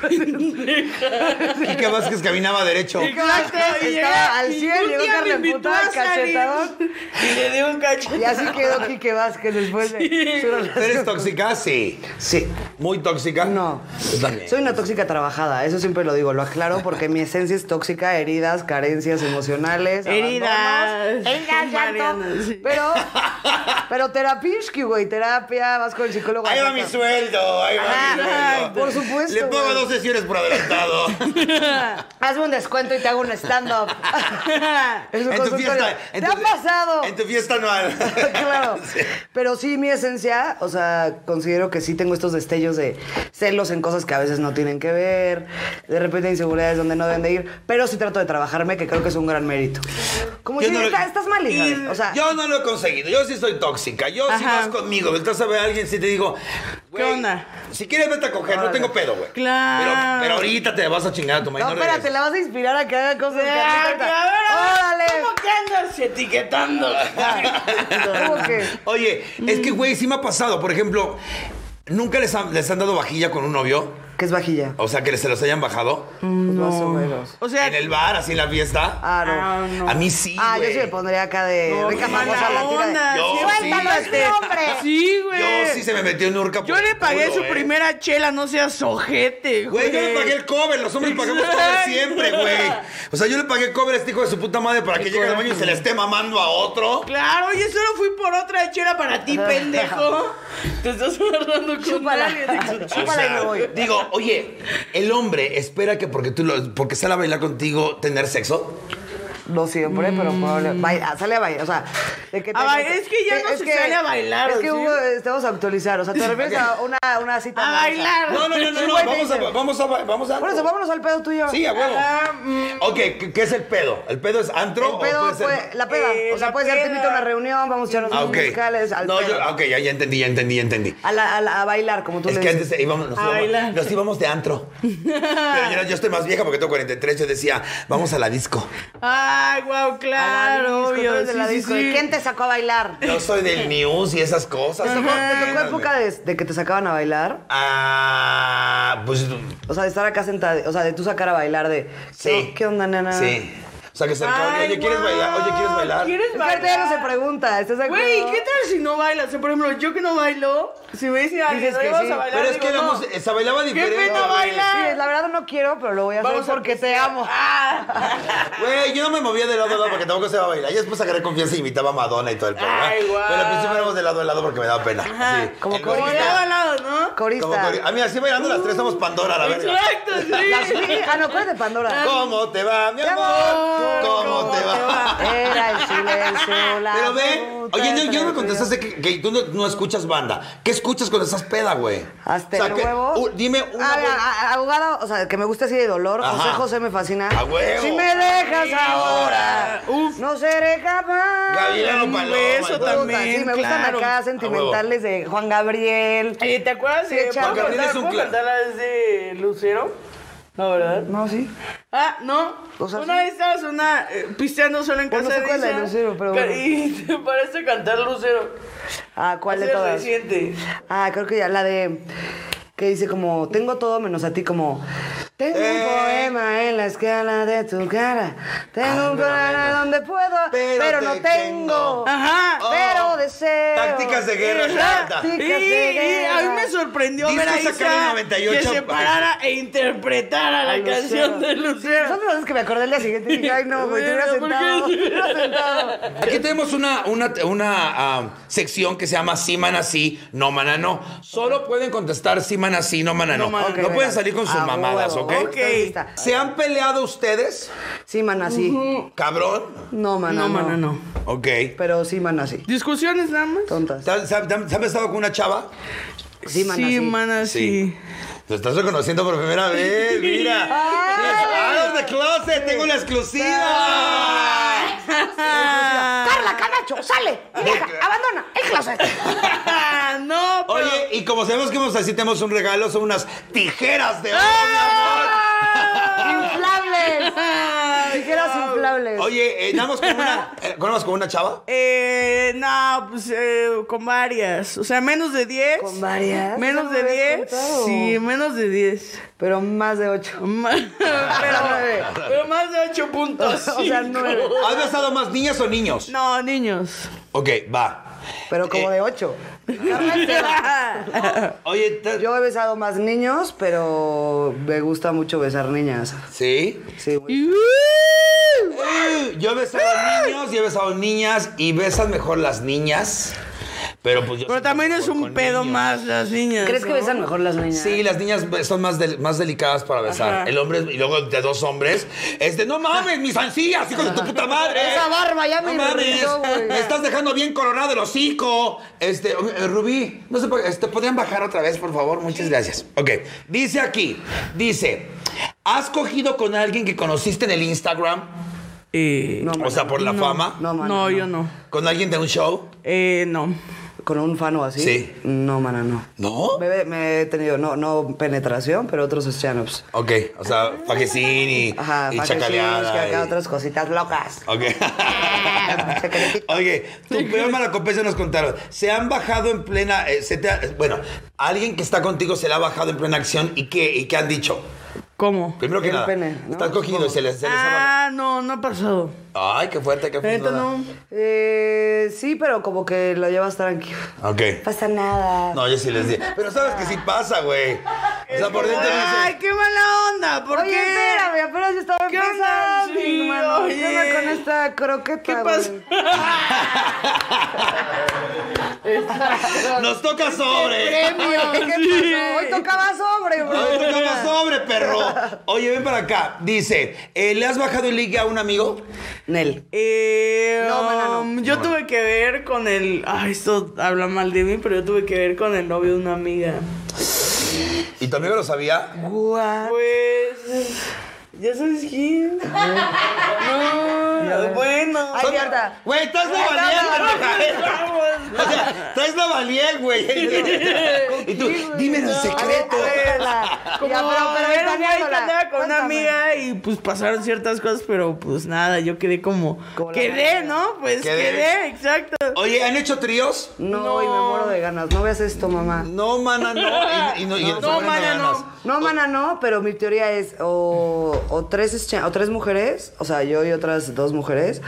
Quique Vázquez caminaba derecho.
Exacto, y
Estaba
llega-
al
y
cien,
un
llegó
día me
Carla
invitó
emputada,
a salir.
cachetadón.
Y le dio un cachetadón.
Y así quedó Quique Vázquez después de su
¿Tú eres
relación.
tóxica? Sí.
Sí.
¿Muy tóxica? Pues
No.
Yo también.
Soy una tóxica trabajada, eso siempre lo digo, lo aclaro porque mi esencia es tóxica, heridas, carencias emocionales,
Heridas.
abandonos, heridas, llanto,
Mariana, sí.
pero pero terapia Fishky, güey, terapia, vas con el psicólogo.
Ahí va
acá.
mi sueldo, ahí va
Ajá,
mi sueldo.
por supuesto,
Le pongo
güey.
dos sesiones por adelantado.
Hazme un descuento y te hago un stand-up. Es un
en tu
consultorio.
fiesta. en
¿Te
tu-
ha pasado?
En tu fiesta anual.
claro.
Sí.
Pero sí, mi esencia, o sea, considero que sí tengo estos destellos de celos en cosas que a veces no tienen que ver, de repente inseguridades donde no deben de ir, pero sí trato de trabajarme, que creo que es un gran mérito. Como
Yo
si
no lo-
"Hija, estás mal, hija".
Y
O sea,
yo no lo he conseguido. Yo sí soy tóxica. Yo si
Ajá.
vas conmigo, me estás a ver a alguien si te digo, güey,
¿Qué onda?
Si quieres vete a coger, no
Órale.
tengo pedo, güey.
Claro.
Pero, pero ahorita te vas a chingar a tu madre.
no,
y
espérate,
regresas.
la vas a inspirar a que haga cosas.
Ah,
Carlita.
cabrón, ¿Cómo
¡Órale!
que andas etiquetando?
¿Cómo que? Mm.
Oye, es que güey, sí me ha pasado, por ejemplo, nunca les han, les han dado vajilla con un novio,
¿Qué es vajilla? Pues
o sea, que se los hayan bajado
Más o menos.
O sea,
en el bar, así en la fiesta.
Mm. Ah, no.
ah, no.
A mí sí,
Ah, yo
güey.
sí me pondría acá de
No,
rica
qué
famosa
mala
latina.
onda.
de-
Yo
¡Suéltalo
sí.
este hombre!
Sí, güey.
Yo sí se me metió en urca.
Yo
por
le
el
pagué
culo,
su
eh.
primera chela, no seas ojete,
Güey,
güey.
yo le pagué el cover, los hombres pagamos cover siempre, güey. O sea, yo le pagué cover a este hijo de su puta madre para que llegue al baño y se le esté mamando a otro.
Claro, oye, solo fui por otra chela para ti, pendejo. Te estás agarrando con
Chúpala.
nadie.
O
Chúpala y
sea,
me voy.
Digo, oye, el hombre espera que porque tú lo, porque sale a bailar contigo tener sexo.
No siempre, pero probable. Baila, sale a bailar, o sea, de que
A bailar, Mm. es que ya no se sale a bailar,
Es que
¿sí?
Hugo, te vamos a actualizar, o sea, te refieres a una, una cita.
A
amorosa.
bailar.
No, no, no, no,
Sí,
no.
güey,
Vamos a,
dice.
vamos a, vamos a.
Por eso, vámonos al pedo tuyo.
Sí, a huevo.
Ah, mm,
Ok, ¿qué, qué es el pedo? ¿El pedo es antro
El
o
pedo
puede ser-
fue la peda.
Eh,
o sea,
la
puede ser te
peda.
invito a una reunión, vamos a echar unos
Ah, ok.
musicales, al
No,
pedo.
yo, ok, ya, ya entendí, ya entendí, ya entendí.
a, la- a la- a bailar, como tú
Es
le
que
dices. "Ah,
antes íbamos, nos,
A
íbamos,
bailar.
nos íbamos de antro. Pero yo, yo estoy más vieja porque tengo 43. Yo decía, vamos a la disco.
Ay, wow,
A
claro,
la disco, tú
obvio.
eres de
Sí,
la
sí,
disco.
sí.
¿Y quién te sacó a bailar?
Yo soy del news y esas cosas. ¿no?
¿Te tocó época de, de que te sacaban a bailar?
Ah, pues.
O sea, de estar acá sentada, o sea, de tú sacar a bailar de.
Sí.
¿Qué onda, nena?
Sí. O sea, que se acercaban,
Ay,
Oye, ¿quieres
guau,
bailar? Oye, ¿quieres bailar?
Es
¿Quieres
que ahorita ya no se
bailar?
pregunta, ¿estás de acuerdo?
Güey, ¿qué tal si no bailas? O sea, por ejemplo, yo que no bailo, si me dicen, ay,
Dices
¿no
que
vamos
sí.
a bailar,
Pero es que
digo,
la
no.
música- se bailaba diferente.
pena
güey.
bailar.
Sí, la verdad no quiero, pero lo voy a hacer
Vamos a
porque te
pistear.
amo.
Ah.
Güey, yo no me movía de lado a lado porque tampoco se va a bailar. Ya después agarré confianza y invitaba a Madonna y todo el pedo. ¿verdad?
Ay, guau.
Pero al principio éramos de lado a lado porque me daba pena. Así,
como
el
corista.
Como
gorila.
lado a lado, ¿no?
Como
Corista.
corista. A mí así bailando las tres somos Pandora, la verga.
Exacto, sí.
Las mini- Ah, no, ¿cuál es de Pandora?
¿Cómo te va, mi amor?
amor,
¿Cómo, te va?
Era el silencio, la
Pero ve,
pregunta
oye, no, yo no
entre-
me contestaste que, que tú no, no escuchas banda. ¿Qué escuchas cuando estás peda, güey?
Hasta
O sea,
el
que-
huevo.
u- dime una.
A ver,
buena-
a- a- abogado, o sea, que me gusta así de dolor.
Ajá.
José José me fascina.
A huevo.
Si me dejas
Sí,
ahora,
ahora.
Uf.
no seré capaz.
Gavilano
Un
Paloma,
beso
güey.
Puta,
también,
sí, me gustan
claro.
acá sentimentales de Juan Gabriel.
Oye, ¿te acuerdas de
Juan
¿puedo
Gabriel
cantar-
es un
¿puedo
cla-
cantar la de Lucero? No, ¿verdad?
No, sí.
Ah, no.
O sea,
una
sí.
vez estabas una, eh, pisteando solo en
Pues
casa
no sé cuál es la de
Isa,
Lucero, pero
ca-
bueno.
Y te parece cantar Lucero.
Ah, ¿cuál de
Ese
todas?
reciente.
Ah, creo que ya la de que dice como tengo todo menos a ti como tengo
Eh.
un poema en la escala de tu cara
Ah,
tengo un poema donde puedo
Pero
pero,
te
no
tengo.
tengo
Ajá.
Oh,
pero deseo
Tácticas de guerra,
Ajá.
Canta.
Y,
Tácticas de
y
guerra.
a mí me sorprendió
Disco
ver a
sacado en
Isa
98,
que se
pa-
parara e interpretara la
Lucero.
canción de
Son
Lucero.
de las cosas que me acordé el día siguiente y dije, ay no, güey, te hubiera
Mira, ¿por
sentado.
qué?
Te hubiera sentado.
Aquí tenemos una, una, una ah, sección que se llama Sí, mana, sí, no, mana, no. Solo pueden contestar sí, mana, sí, no, mana, no.
No, mana,
no
Ok,
pueden
venga.
salir con sus
A
mamadas,
huevo,
¿ok?
entonces está.
¿Se han peleado ustedes?
Sí, man, así.
Cabrón.
No, man, no.
mana, no.
Ok.
Pero sí, man, así.
Discusiones nada más.
Tontas.
¿Se han- se han se han besado con una chava?
Sí, man, así.
mana, sí.
Lo estás reconociendo por primera vez, mira.
Ay.
Out of the closet, tengo la exclusiva.
Carla Camacho, sale,
Eh,
vieja, abandona el closet.
Ah, no, pero...
Oye, y como sabemos que vamos a decir, tenemos un regalo, son unas tijeras de oro,
inflables. Tijeras
mi
inflables.
amor. Oye, eh, nada más con una, eh, nada más con una chava.
Eh, no, pues eh, con varias. O sea, menos de 10.
Con varias.
Menos
Eso
de
no me habías
10.
contado.
Sí, menos de 10.
Pero más de ocho.
Ma-
nueve.
pero, pero más de 8 puntos.
O sea, nueve.
¿Has besado más niñas o niños?
No, niños.
Ok, va.
Pero como
Eh.
de ocho.
Oye, te-
Yo he besado más niños, pero me gusta mucho besar niñas.
¿sí?
Sí, güey.
Yo
Eh, Yo he besado niños y he besado niñas y besan mejor las niñas. Pero pues yo
Pero
siento
también
que
es
voy
un
con
pedo
niños.
más las niñas.
¿Crees que
¿no?
besan mejor las niñas?
Sí, las niñas son más, del- más delicadas para besar.
Ajá.
El hombre, y luego de dos hombres, es de, no mames, mis ancillas, hijo de tu puta madre.
Esa barba ya
no
me
mames,
irritó, güey.
me estás dejando bien coronado el hocico. Este, eh, Rubí, no sé, por- este, ¿podrían bajar otra vez, por favor? Muchas gracias. Ok, dice aquí, dice, ¿has cogido con alguien que conociste en el Instagram?
Eh,
No,
O sea, por la
no,
fama.
no,
no,
mano,
yo no.
¿Con alguien de un show?
Eh, no.
¿Con un fan o así?
Sí.
No, mana, no.
¿No?
Me, me he tenido, no, no penetración, pero otros stand-ups.
Ok, o sea, fajecín y,
Ajá,
y
para
chacaleada.
Que acá
y-
otras cositas locas.
Ok.
Secretito.
Oye, tu peor malacopecia nos contaron. Se han bajado en plena. eh, se te ha- bueno, alguien que está contigo se la ha bajado en plena acción y qué, y qué han dicho.
¿Cómo?
Primero que
El
nada,
pene, ¿no?
estás cogido y se les, se les ha bajado.
Ah, no, no ha pasado.
Ah.
Ay, qué fuerte, qué fuerte.
Neta, no.
Eh, sí, pero como que lo llevas tranquilo.
Ok.
Pasa nada.
No, yo sí les dije. Pero sabes que sí pasa, güey. O sea, por dentro
Ay,
dices.
qué mala onda. ¿Por
Oye,
qué?
espérame, apenas yo estaba
¿Qué onda?
empezando,
Sí,
hermano. ¿Qué onda
oye.
con esta croqueta,
¿Qué
güey?
pasa?
Nos toca sobre.
Premio, ¿qué pasó? Hoy tocaba sobre, bro.
Nos toca sobre, perro. Oye, ven para acá. Dice, eh, ¿le has bajado el ligue a un amigo?
Nel.
Eh,
No, mana, no.
um, yo tuve que ver con el. Ay, esto habla mal de mí, pero yo tuve que ver con el novio de una amiga.
¿Y tu amigo lo sabía?
Guau.
Pues. ¿Ya sabes quién? No, bueno.
Ay, mierda.
Güey, estás de valiente, O sea, traes la valier, güey. Y tú, dime el secreto.
A ver, espérala.
Como
Ya, pero, pero
era un güey que
española.
andaba con una
Cuéntame.
amiga y pues pasaron ciertas cosas, pero pues nada, yo quedé como.
Como la
quedé,
gata.
¿no? Pues
Quedé.
quedé, exacto.
Oye, ¿han hecho tríos?
No,
No.
y me muero de ganas. No veas esto, mamá.
No, mana, no. Y, y no, y se
No,
mueren de
mana, no.
ganas.
No, mana, no, pero mi teoría es o, o tres, escha- o tres mujeres, o sea, yo y otras dos mujeres,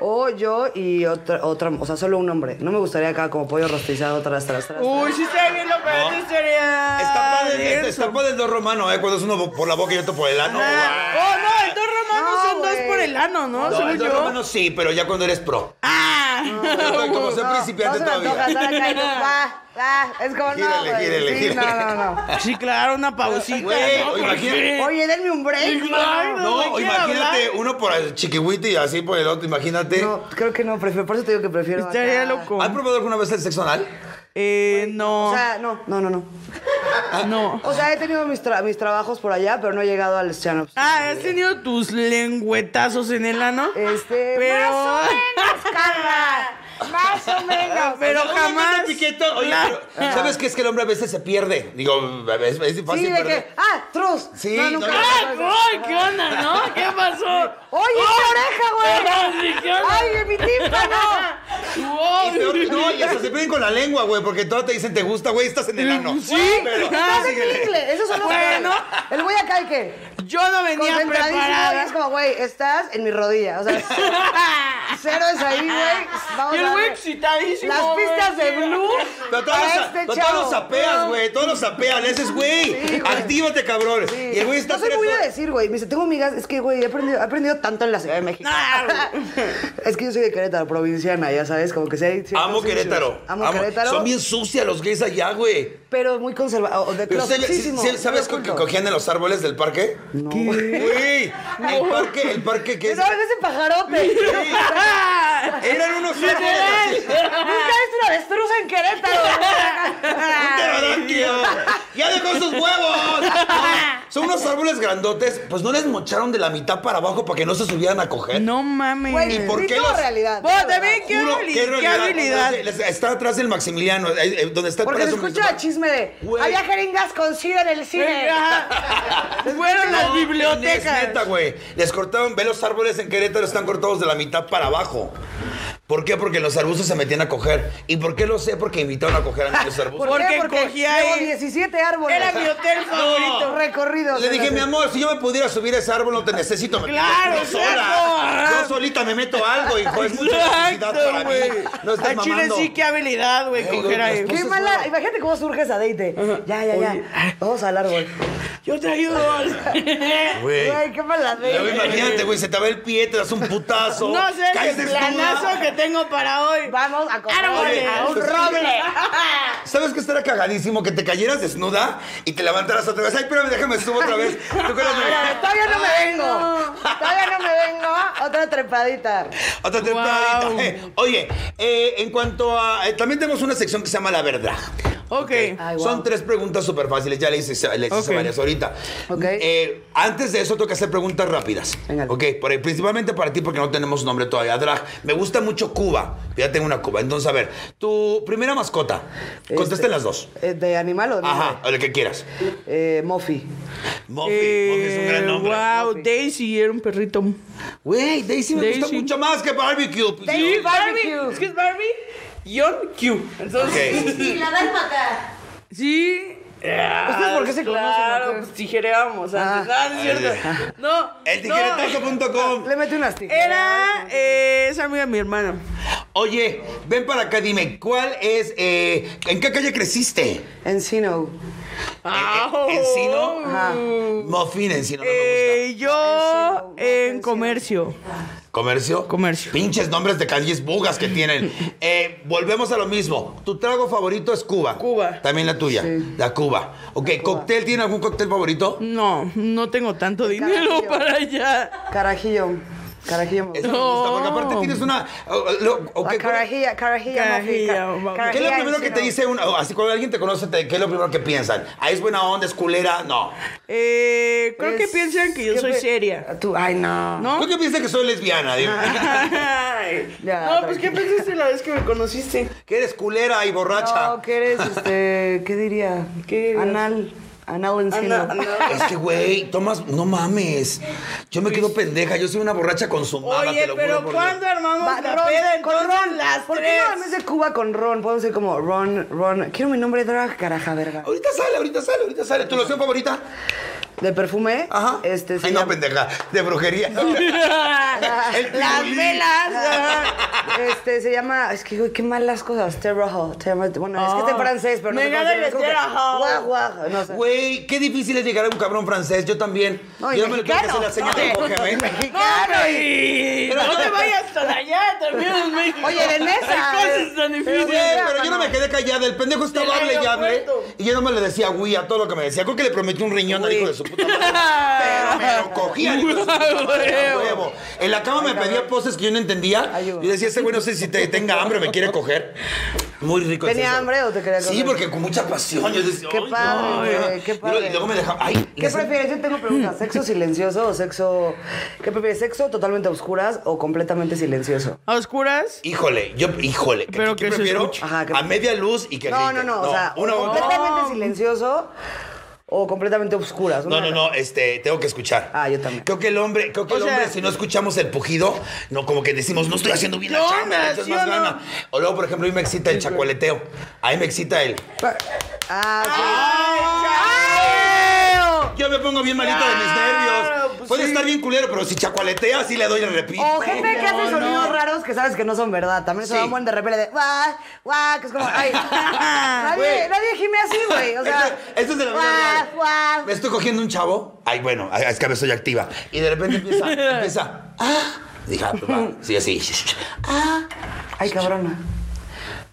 o yo y otra, otra, o sea, solo un hombre. No me gustaría acá como pollo rostizado, tras, tras, tras.
Uy, sí está bien loca
No.
esta historia.
Está padre,
Denso.
está padre el dos romano, ¿eh? Cuando es uno bo- por la boca y otro por el ano.
Ah,
Guau.
Oh, no, el dos romanos
No,
son dos
güey.
por el ano, ¿no?
Oh,
No,
Según
el dos
yo.
romano sí, pero ya cuando eres pro.
Ah.
Como ser
No,
principiante
no se me
todavía.
antoja estar acá y tú, va, va. Es como, no,
Gírale,
güey.
gírale,
sí,
gírale.
no, no, no.
Sí, claro, una pausita.
Güey,
¿no?
o
¿Por
imagina-
qué?
Oye, denme un break.
Claro,
No,
¿de qué
imagínate
hablar?
uno por el chiquihuite y así por el otro, imagínate.
No, creo que no, prefiero, por eso te digo que prefiero
Estaría
acá.
loco.
¿Han probado alguna vez el sexo anal?
Eh, no.
O sea, no, no, no, no.
no.
O sea, he tenido mis, tra- mis trabajos por allá, pero no he llegado al stand
Ah, has tenido tus lengüetazos en el ano.
Este,
Pero-
más o menos, Carla. Más o menos.
Pero
Oye,
jamás.
no te etiqueto. Oye,
Claro.
pero, ¿sabes qué? Es que el hombre a veces se pierde. Digo, es, es fácil
Sí, de
perder.
que, ah, trus.
Sí,
no, nunca.
no,
¡Ay,
Oye,
güey! ¿Qué onda, no? ¿Qué pasó?
esta oreja,
Ay, ¿Qué
güey. Ay, mi tímpano.
Y peor que
Wow.
No, y hasta se piden con la lengua, güey, porque todas te dicen te gusta, güey, estás en el ano.
Sí,
pero
Estás en
síguele.
inglés. Esos son los
Bueno.
peores. El güey acá hay que.
Yo no venía
Concentradísimo. Y
preparada.
es como, güey, estás en mi rodilla. O sea, cero es ahí, güey. Vamos
Y el
a
güey
darle.
excitadísimo.
Las
güey.
pistas de blue.
Pero todos,
para
los,
este
pero todos
chavo.
los apeas, güey, todos los apeas, le dices, güey, actívate, cabrón. Y el güey está
Yo soy muy
tres-
de decir, güey. Me dice, tengo amigas. Es que, güey, he aprendido, he aprendido tanto en la Ciudad de México.
Ah, güey.
es que yo soy de Querétaro, provinciana, ya sabes, como que sí hay ciertos
Amo
issues.
Querétaro.
Amo, Querétaro.
Son bien sucias los gays allá, güey.
Pero muy conservador. De
Pero usted-
closetísimo,
¿sí- sí- ¿Sabes
muy
co- que
oculto.
cogían en los árboles del parque?
No, güey.
Güey, el parque, el parque que es.
No, ese pajarote.
Eran unos árboles así.
Nunca viste una avestruz en Querétaro.
¡Un pterodáctilo! ¡Ya dejó sus huevos! No, son unos árboles grandotes, pues no les mocharon de la mitad para abajo para que no se subieran a coger.
No mames.
Güey,
¿Y por
sí
qué
tuvo
los-
realidad.
Vos
tuvo
también,
realidad.
qué,
Juro,
habili-
qué
qué
realidad.
habilidad.
Les- Está atrás del Maximiliano, eh, eh, donde está el
Porque se
preso
escucha
municipal.
chisme de.
Güey.
Había jeringas con sida en el cine.
Ajá. Fueron las
No,
bibliotecas.
Es neta, güey. Les cortaron, ve los árboles en Querétaro, están cortados de la mitad para abajo. ¿Por qué? Porque los arbustos se metían a coger. ¿Y por qué lo sé? Porque invitaron a coger a los arbustos.
¿Por qué?
Porque
Porque
cogía
llevo
ahí.
17 árboles.
Era mi hotel favorito.
recorrido.
Le dije, mi amor, si yo me pudiera subir a ese árbol, no te necesito. Me
Claro,
yo sola.
exacto.
Yo solita me meto algo, hijo. Es mucha necesidad para
Exacto,
mí.
güey.
No estés
A Chile
mamando.
sí, qué habilidad, güey,
Ey,
coger
güey,
ahí.
pues,
Qué
Entonces,
mala.
bueno.
Imagínate cómo surge esa deite. Ya, ya, ya. Vamos al árbol.
yo te ayudo.
Güey.
Güey, qué mala
Luego
de.
imagínate, güey, se te va el pie, te das un putazo.
no sé
caes
el
desnuda.
planazo que tengo para hoy.
Vamos a comprar
Árboles.
a un roble.
pues, ¿Sabes qué estará cagadísimo? Que te cayeras desnuda y te levantaras otra vez. Ay, espérame, déjame subo otra vez. ¿Tú con las
Espérame,
nalgas.
Todavía no me
Ay,
vengo. Todavía no me vengo. Otra trepadita.
Otra temporadita. Eh, Oye, eh, en cuanto a. eh, también tenemos una sección que se llama La Verdad.
Ok. eh,
Ay, guau.
Son tres preguntas súper fáciles. Ya le hice, le hice
Ok.
varias ahorita.
Ok.
Eh, antes de eso, tengo que hacer preguntas rápidas.
Venga.
Ok, por- principalmente para ti, porque no tenemos nombre todavía. Drag, me gusta mucho Cuba. Ya tengo una Cuba. Entonces, a ver, tu primera mascota. Contesten
Este,
las dos.
eh, ¿De animal o de
Ajá, o la que quieras.
hombre? Eh, Mofi.
Muffy, Muffy es un gran
Eh,
nombre.
wow,
Muffy.
Daisy era un perrito.
Güey, Daisy me gusta
Daisy.
mucho más que Barbecue. pues,
Daisy
yo-
Barbecue.
Barbie, es que es Barbie, guión Q. Entonces,
Ok.
Sí, la dálmata.
sí.
¿Ustedes por qué se conocen,
Claro,
o qué?
pues tijereamos antes. Ah, no es cierto. No.
El
no.
tijeretazo.com.
Le metí unas tijeras.
Era eh, es amiga de mi hermana.
Oye, ven para acá, dime, ¿cuál es. eh, ¿En qué calle creciste?
Encino. Eh,
Au.
Encino.
Ajá.
Muffin, encino, no me
Eh, yo en
Comercio.
comercio.
gusta. ¿Comercio?
comercio.
Pinches nombres de calles bugas que tienen. Eh, volvemos a lo mismo. Tu trago favorito es Cuba.
Cuba.
También la tuya.
Sí.
La Cuba. Ok, ¿cóctel? ¿Tiene algún cóctel favorito?
No, no tengo tanto dinero
carajillo.
para allá.
Carajillo. Carajillo. Mofi.
Eso me gusta, porque aparte
No.
tienes una. oh, oh, lo- ok,
Ah,
¿cuál-
carajilla, carajilla, Mofi.
Carajilla,
ca-
vamos.
¿Qué es lo
carajilla
primero que te
encino.
dice un, o así cuando alguien te conoce, te- qué es lo primero que piensan? Ah, es buena onda, es culera, no.
Eh, creo que
Es-
piensan que yo
¿qué
soy
pe-
seria.
Tú, ay, no.
¿No?
¿Tú qué piensas que soy lesbiana? Digo,
Ah.
Ay.
Ya,
no, pues ¿qué
tranquila.
pensaste la vez que me conociste?
que eres culera y borracha.
No, que eres, este, ¿qué diría?
¿Qué dirías?
Anal. Anal encino.
Ana- Ana-
Es que, güey, tomas, no mames. Yo me quedo pendeja, yo soy una borracha consumada, te
Oye,
lo
pero
juro por
¿cuándo
Dios.
armamos
Va,
la
ron,
peda
con
entonces
ron.
las
¿Por qué
tres?
no en vez de Cuba con ron? Podemos decir como ron, ron. Quiero mi nombre drag, caraja, verga.
Ahorita sale, ahorita sale, ahorita sale. ¿Tu loción favorita?
¿De perfume?
Ajá.
Este, se
Ay, no,
llama-
pendeja, de brujería. El
las
pirulí.
velas.
Este, se llama... Es que, güey, qué malas cosas. Te rojo. Te llama- bueno, es que está en
Ah.
francés, pero no
Me
sé
gana el
es como que-
Terrojo.
Guau, guau. No sé.
Güey, qué difícil es llegar a un cabrón francés, yo también.
No, y
yo no me lo tengo que hacer
mexicano.
la señal de cógeme.
No, hombre, no te vayas tan allá, también en México.
Oye, de mesa.
Hay cosas tan
Pero, güey,
difíciles.
pero yo no me quedé callada. El pendejo estaba
Del
hable y hable.
aeropuerto.
Y yo no me le decía güey a todo lo que me decía. Creo que le prometí un riñón al hijo de su puta madre. Pero me lo cogía el hijo de su puta madre, a huevo. En la cama me pedía poses que yo no entendía.
Ayuda.
Yo decía, ese güey no sé si te- tenga hambre o me quiere coger. Muy rico. el
¿Tenía
sexo.
hambre o te quería
Pues Sí,
coger?
porque con mucha pasión. Yo decía,
Qué
"Ay,
padre,
no".
güey, qué
Y luego-
padre.
Y luego me dejaba, ay.
¿Qué
me-
prefieres? Yo tengo preguntas. ¿Sexo silencioso o sexo... ¿Qué prefieres? ¿Sexo totalmente a oscuras o completamente silencioso?
¿A oscuras?
Híjole, yo, híjole.
Pero
¿qué
que se
prefiero?
escuche.
Ajá, que-
A media luz y que
No, no,
griten.
no. O sea,
una
o
u otra.
completamente
No.
silencioso o completamente oscuras.
No,
Una-
no, no, este, tengo que escuchar.
Ah, yo también.
Creo que el hombre, creo que
O
el
sea-
hombre, si no escuchamos el pujido, no como que decimos, no estoy haciendo bien la
No,
chamba,
no,
le echas
¿sí
más
o no?
gana. O luego, por ejemplo, a mí me excita el chacualeteo. A mí me excita el.
Ah, sí.
Yo me pongo bien malito de mis
Claro,
nervios.
pues
Puede
sí.
estar bien culero, pero si chacualetea, sí le doy el repito.
O gente que hace
No,
sonidos
no.
raros que sabes que no son verdad. También se
Sí.
da un buen de repente de guau, guau, que es como, ay. nadie,
Güey.
nadie gime así, güey. O sea,
Esto- esto es de la vida
guau,
real.
guau.
Me estoy cogiendo un chavo. Ay, bueno, ay, es que a veces soy activa. Y de repente empieza, empieza. Ah. Dije, ah, pues va. Sí, así. Ah,
Ay, cabrona.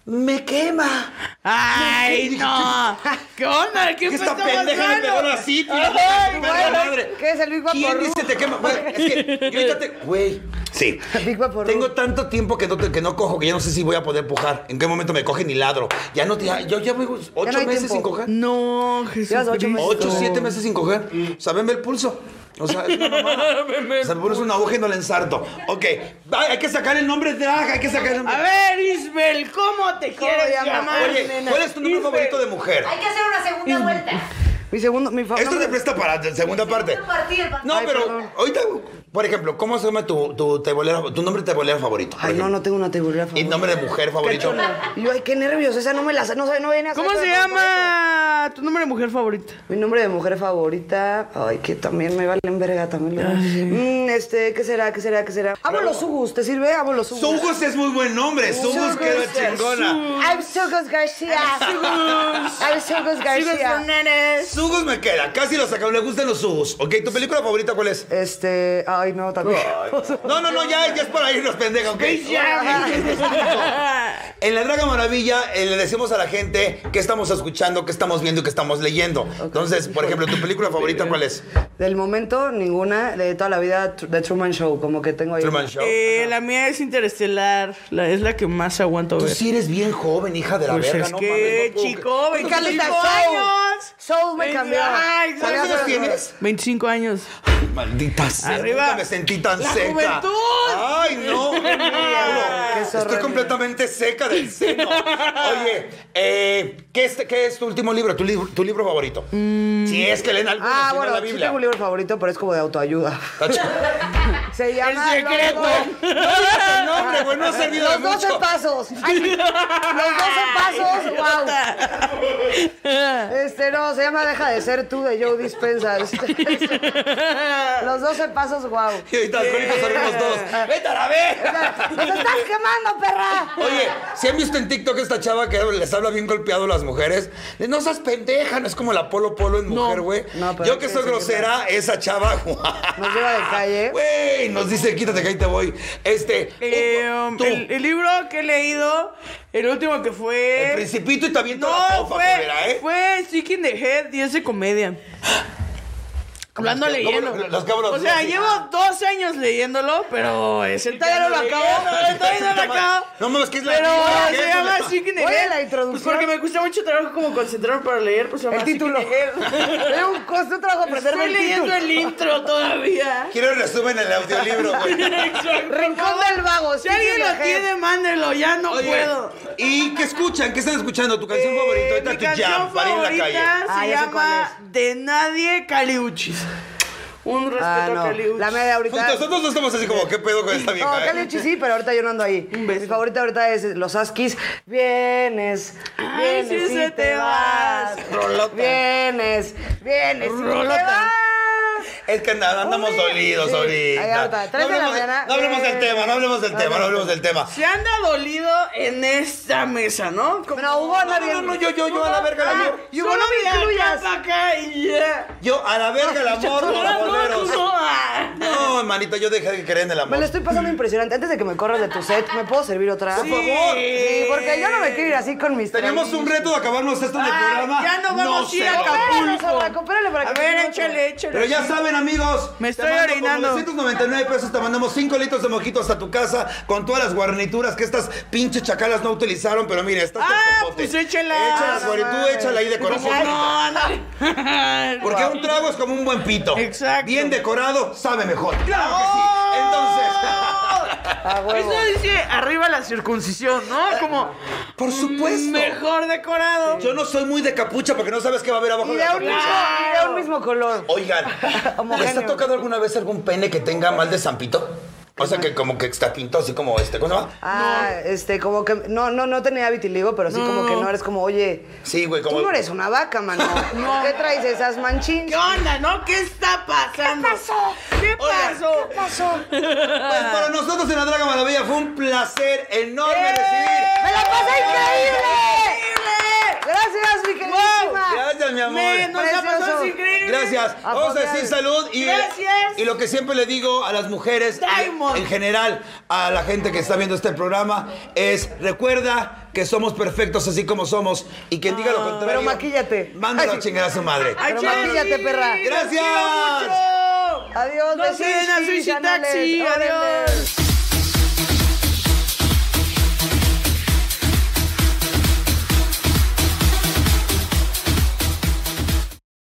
me quema.
Ay, no. ¿Qué onda? ¿Qué
que esta
pasó,
pendeja le
Gonzalo?
pegó la City.
Ay,
Perra
güey.
madre.
¿Qué es el Big Vaporru?
¿Quién dice te quema? Güey, es que yo ahorita te... Güey, sí.
Big Vaporru.
Tengo tanto tiempo que no, te- que no cojo que ya no sé si voy a poder pujar. En qué momento me coge ni ladro. Ya no... Ya, yo ya voy ocho
hay
meses
tiempo.
sin coger.
No,
Llevas ocho meses.
Jesús.
Ocho, siete meses sin coger. O sea, venme el pulso. O sea, es una mamada. O sea, me pones una aguja y no la ensarto. Ok. Ay, hay que sacar el nombre de Aja, hay que sacar el nombre.
A ver, Isbel, ¿cómo te quieres
llamas?
llamar?
Oye,
nena?
¿cuál es tu nombre
Isbel.
favorito de mujer?
Hay que hacer una segunda vuelta.
Mi segundo, mi favorito.
Esto te presta para la segunda parte.
Segundo partido, papá.
No,
Ay,
pero
perdón.
ahorita Por ejemplo, ¿cómo se llama tu, tu, tebolero- tu nombre de tebolero favorito? por
Ay, no,
ejemplo?
no tengo una teoría
¿Y
favorita.
nombre de mujer favorito?
Y yo, ay, qué nervios, esa no me la sé, no sé, no viene a
¿Cómo se llama tu nombre de mujer favorita?
Mi nombre de mujer favorita, ay, que también me valen verga, también lo Mm, este, ¿qué será, qué será, qué será? Amo los sugus, ¿te sirve? Amo los sugus.
Sugus es muy buen nombre. Sugus queda
Sugus,
chingona.
I'm Sugus García. I'm Sugus García.
Fernández.
Sugus me queda. Casi lo sacamos. Le gustan los Sugus. ¿Ok? ¿Tu película favorita cuál es?
Este, ay, no, también.
No, no, no, ya, ya es para irnos, pendeja, ¿ok? En la Draga Maravilla eh, le decimos a la gente qué estamos escuchando, qué estamos viendo y qué estamos leyendo. Entonces, por ejemplo, ¿tu película favorita cuál es?
Pues,
Del momento, ninguna, de toda la vida, Tr- The Truman Show, como que tengo ahí.
Truman Show.
Eh, la mía es interestelar. La, es la que más aguanto
Tú
ver.
sí eres bien joven, hija de la
Pues
verga,
es
no
que,
mames, no puedo
chico,
Y Carlita,
25
Soul.
años.
Soul me
Ay,
cambió.
ajá, exacto.
¿Cuántos años tienes?
25 años.
Maldita sea.
Arriba.
nunca me sentí tan
La
seca.
juventud.
Ay, no. qué diablo.
Qué zorra
Estoy
mía.
completamente seca del seno. Oye, eh, ¿qué, es, qué es tu último libro? ¿Tu, libro- tu libro favorito?
Mm.
Si es que leen algo,
Ah, bueno,
la
sí
Biblia.
tengo un libro favorito, pero es como de autoayuda.
Está ch-
Se llama...
El secreto.
No digas el nombre, güey, no ha servido de
Los 12
mucho.
pasos. Ay, los 12 pasos, wow. Este, no, se llama Deja de ser tú de Joe Dispenza. Los 12 pasos, wow.
Y ahorita alcohólicos salimos todos. ¡Vete a la verga!
¡Nos estás quemando, perra!
Oye, si han visto en TikTok esta chava que les habla bien golpeado a las mujeres, no seas pendeja, no es como la polo polo en mujer, güey.
No, pero
Yo
hay
que
que
soy
seguirla.
grosera, esa chava, guau.
Nos lleva de
Ah,
calle.
Güey, nos dice, quítate que ahí te voy. Este,
Eh,
un-
um,
tú,
el, el libro que he leído, el último que fue.
uh, el principito y también toda la
No,
popa,
fue,
culera, ¿eh?
fue Sick in the Head y es de comedia. Hablando
¿Cómo-
leyendo.
cómo- los cabros-
o sea,
los-
llevo dos años leyéndolo, pero
Ah.
ese todavía no lo acabo. Todavía no lo acabo.
No mames, que es la
Pero
Biblia, ¿qué?
se llama
Pues,
Sick in the
Oye,
Head.
la introducción.
Pues porque me cuesta mucho trabajo como concentrarme para leer, pues se llama
El
Sick in
título.
the Head.
Es un costo de trabajo aprenderme
Estoy
el
leyendo
título.
el intro todavía.
Quiero el resumen en el audiolibro, güey.
Exacto.
Rincón del vago.
Si alguien lo tiene, mándelo, ya no
Oye,
puedo.
¿y qué escuchan? ¿Qué están escuchando? ¿Tu canción favorita?
Eh,
Ahorita
mi
tu
canción
jam, para ir en la calle.
favorita
Ah,
se
ya sé
llama De Nadie Caliuchis. Un respeto
Ah,
a
no.
Caliuchis.
La media
Pues
ahorita.
Nosotros no estamos así como, ¿qué pedo con esta
No,
vieja? eh?
Caliuchi sí, pero ahorita yo no ando ahí. Mi favorita ahorita es los Askis. Vienes,
Ay,
vienes
si
y
se te vas.
Rolota.
Vienes, vienes y te
Rolota.
vas.
Es que nada, andamos
Hombre.
dolidos
Sí,
ahorita.
ahí ahorita, tres de la
hablemos
mañana.
no hablemos del
Eh.
tema, no hablemos del tema, no hablemos del tema.
Se anda dolido en esta mesa, ¿no? Como-
No, Hugo,
No,
nadie.
no, no, yo, yo, yo, a la verga el amor.
y Hugo,
Solo
no me
mira acá
incluyas.
pa' acá y ya.
Yo, a la verga el amor,
No, no,
boleros.
tú no, ah.
No, hermanito, yo dejé de creer en el
Me lo
amor.
estoy pasando impresionante. Antes de que me corras de tu set, ¿me puedo servir otra?
Por favor.
Sí, porque yo no me quiero ir así con mis
Teníamos un reto de acabarnos esto en el
Ay,
programa.
ya no vamos a ir
se
a
va.
Acapulco.
Espérale, Zorra, Coopérale para
A
que
ver,
me-
échale, échale. Ah,
Pero ya saben, amigos.
Me
te
estoy
mando por
orinando.
999 pesos te mandamos 5 litros de mojitos hasta tu casa con todas las guarnituras que estas pinches chacalas no utilizaron. Pero mire, estas
Ah, pues échela.
Échalas,
No
güey, tú
mames.
échala ahí de corazón.
No, no.
Porque un trago es como un buen pito.
Exacto.
Bien decorado, sabe mejor. Claro que
¡Oh!
sí. Entonces,
A huevo.
Eso dice arriba la circuncisión, ¿no? Como
por supuesto.
mejor decorado.
Yo no soy muy de capucha porque no sabes qué va a haber abajo
Y
de
de
la
un mismo,
capucha.
y de un mismo color.
Oigan, ¿les ha
Homogéneo.
tocado alguna vez algún pene que tenga mal de zampito? O sea, que como que está pinto así como este. ¿Cómo se llama?
Ah, este, como que no, no, no tenía vitiligo, pero sí como que no eres como, oye,
Sí, güey, como...
tú no eres una vaca, mano. ¿Por ¿Qué traes esas
¿Qué
manchinas?
onda, no? ¿Qué está pasando? ¿Qué pasó? ¿Qué
Oigan,
pasó?
Pues para nosotros en la Draga Maravilla fue un placer
¡Eh!
enorme recibir.
¡Me la pasé increíble!
¡Increíble!
Gracias, mi queridísima.
Gracias, mi amor.
Me- ¡Ah! nos la
Precioso.
pasamos increíble.
Gracias. Vamos a
Apoyar.
decir salud y,
Gracias.
y lo que siempre le digo a las mujeres,
Diamond.
en general, a la gente que está viendo este programa, es recuerda que somos perfectos así como somos y quien diga lo contrario.
Pero maquíllate.
Mándalo a
Ay.
chingar a su madre.
Ah, Ay,
Pero
Chelsea,
maquíllate, perra.
los
Gracias.
quiero mucho.
Adiós,
No se den a
besitos,
Sushi
canales.
Taxi.
Órale.
Adiós.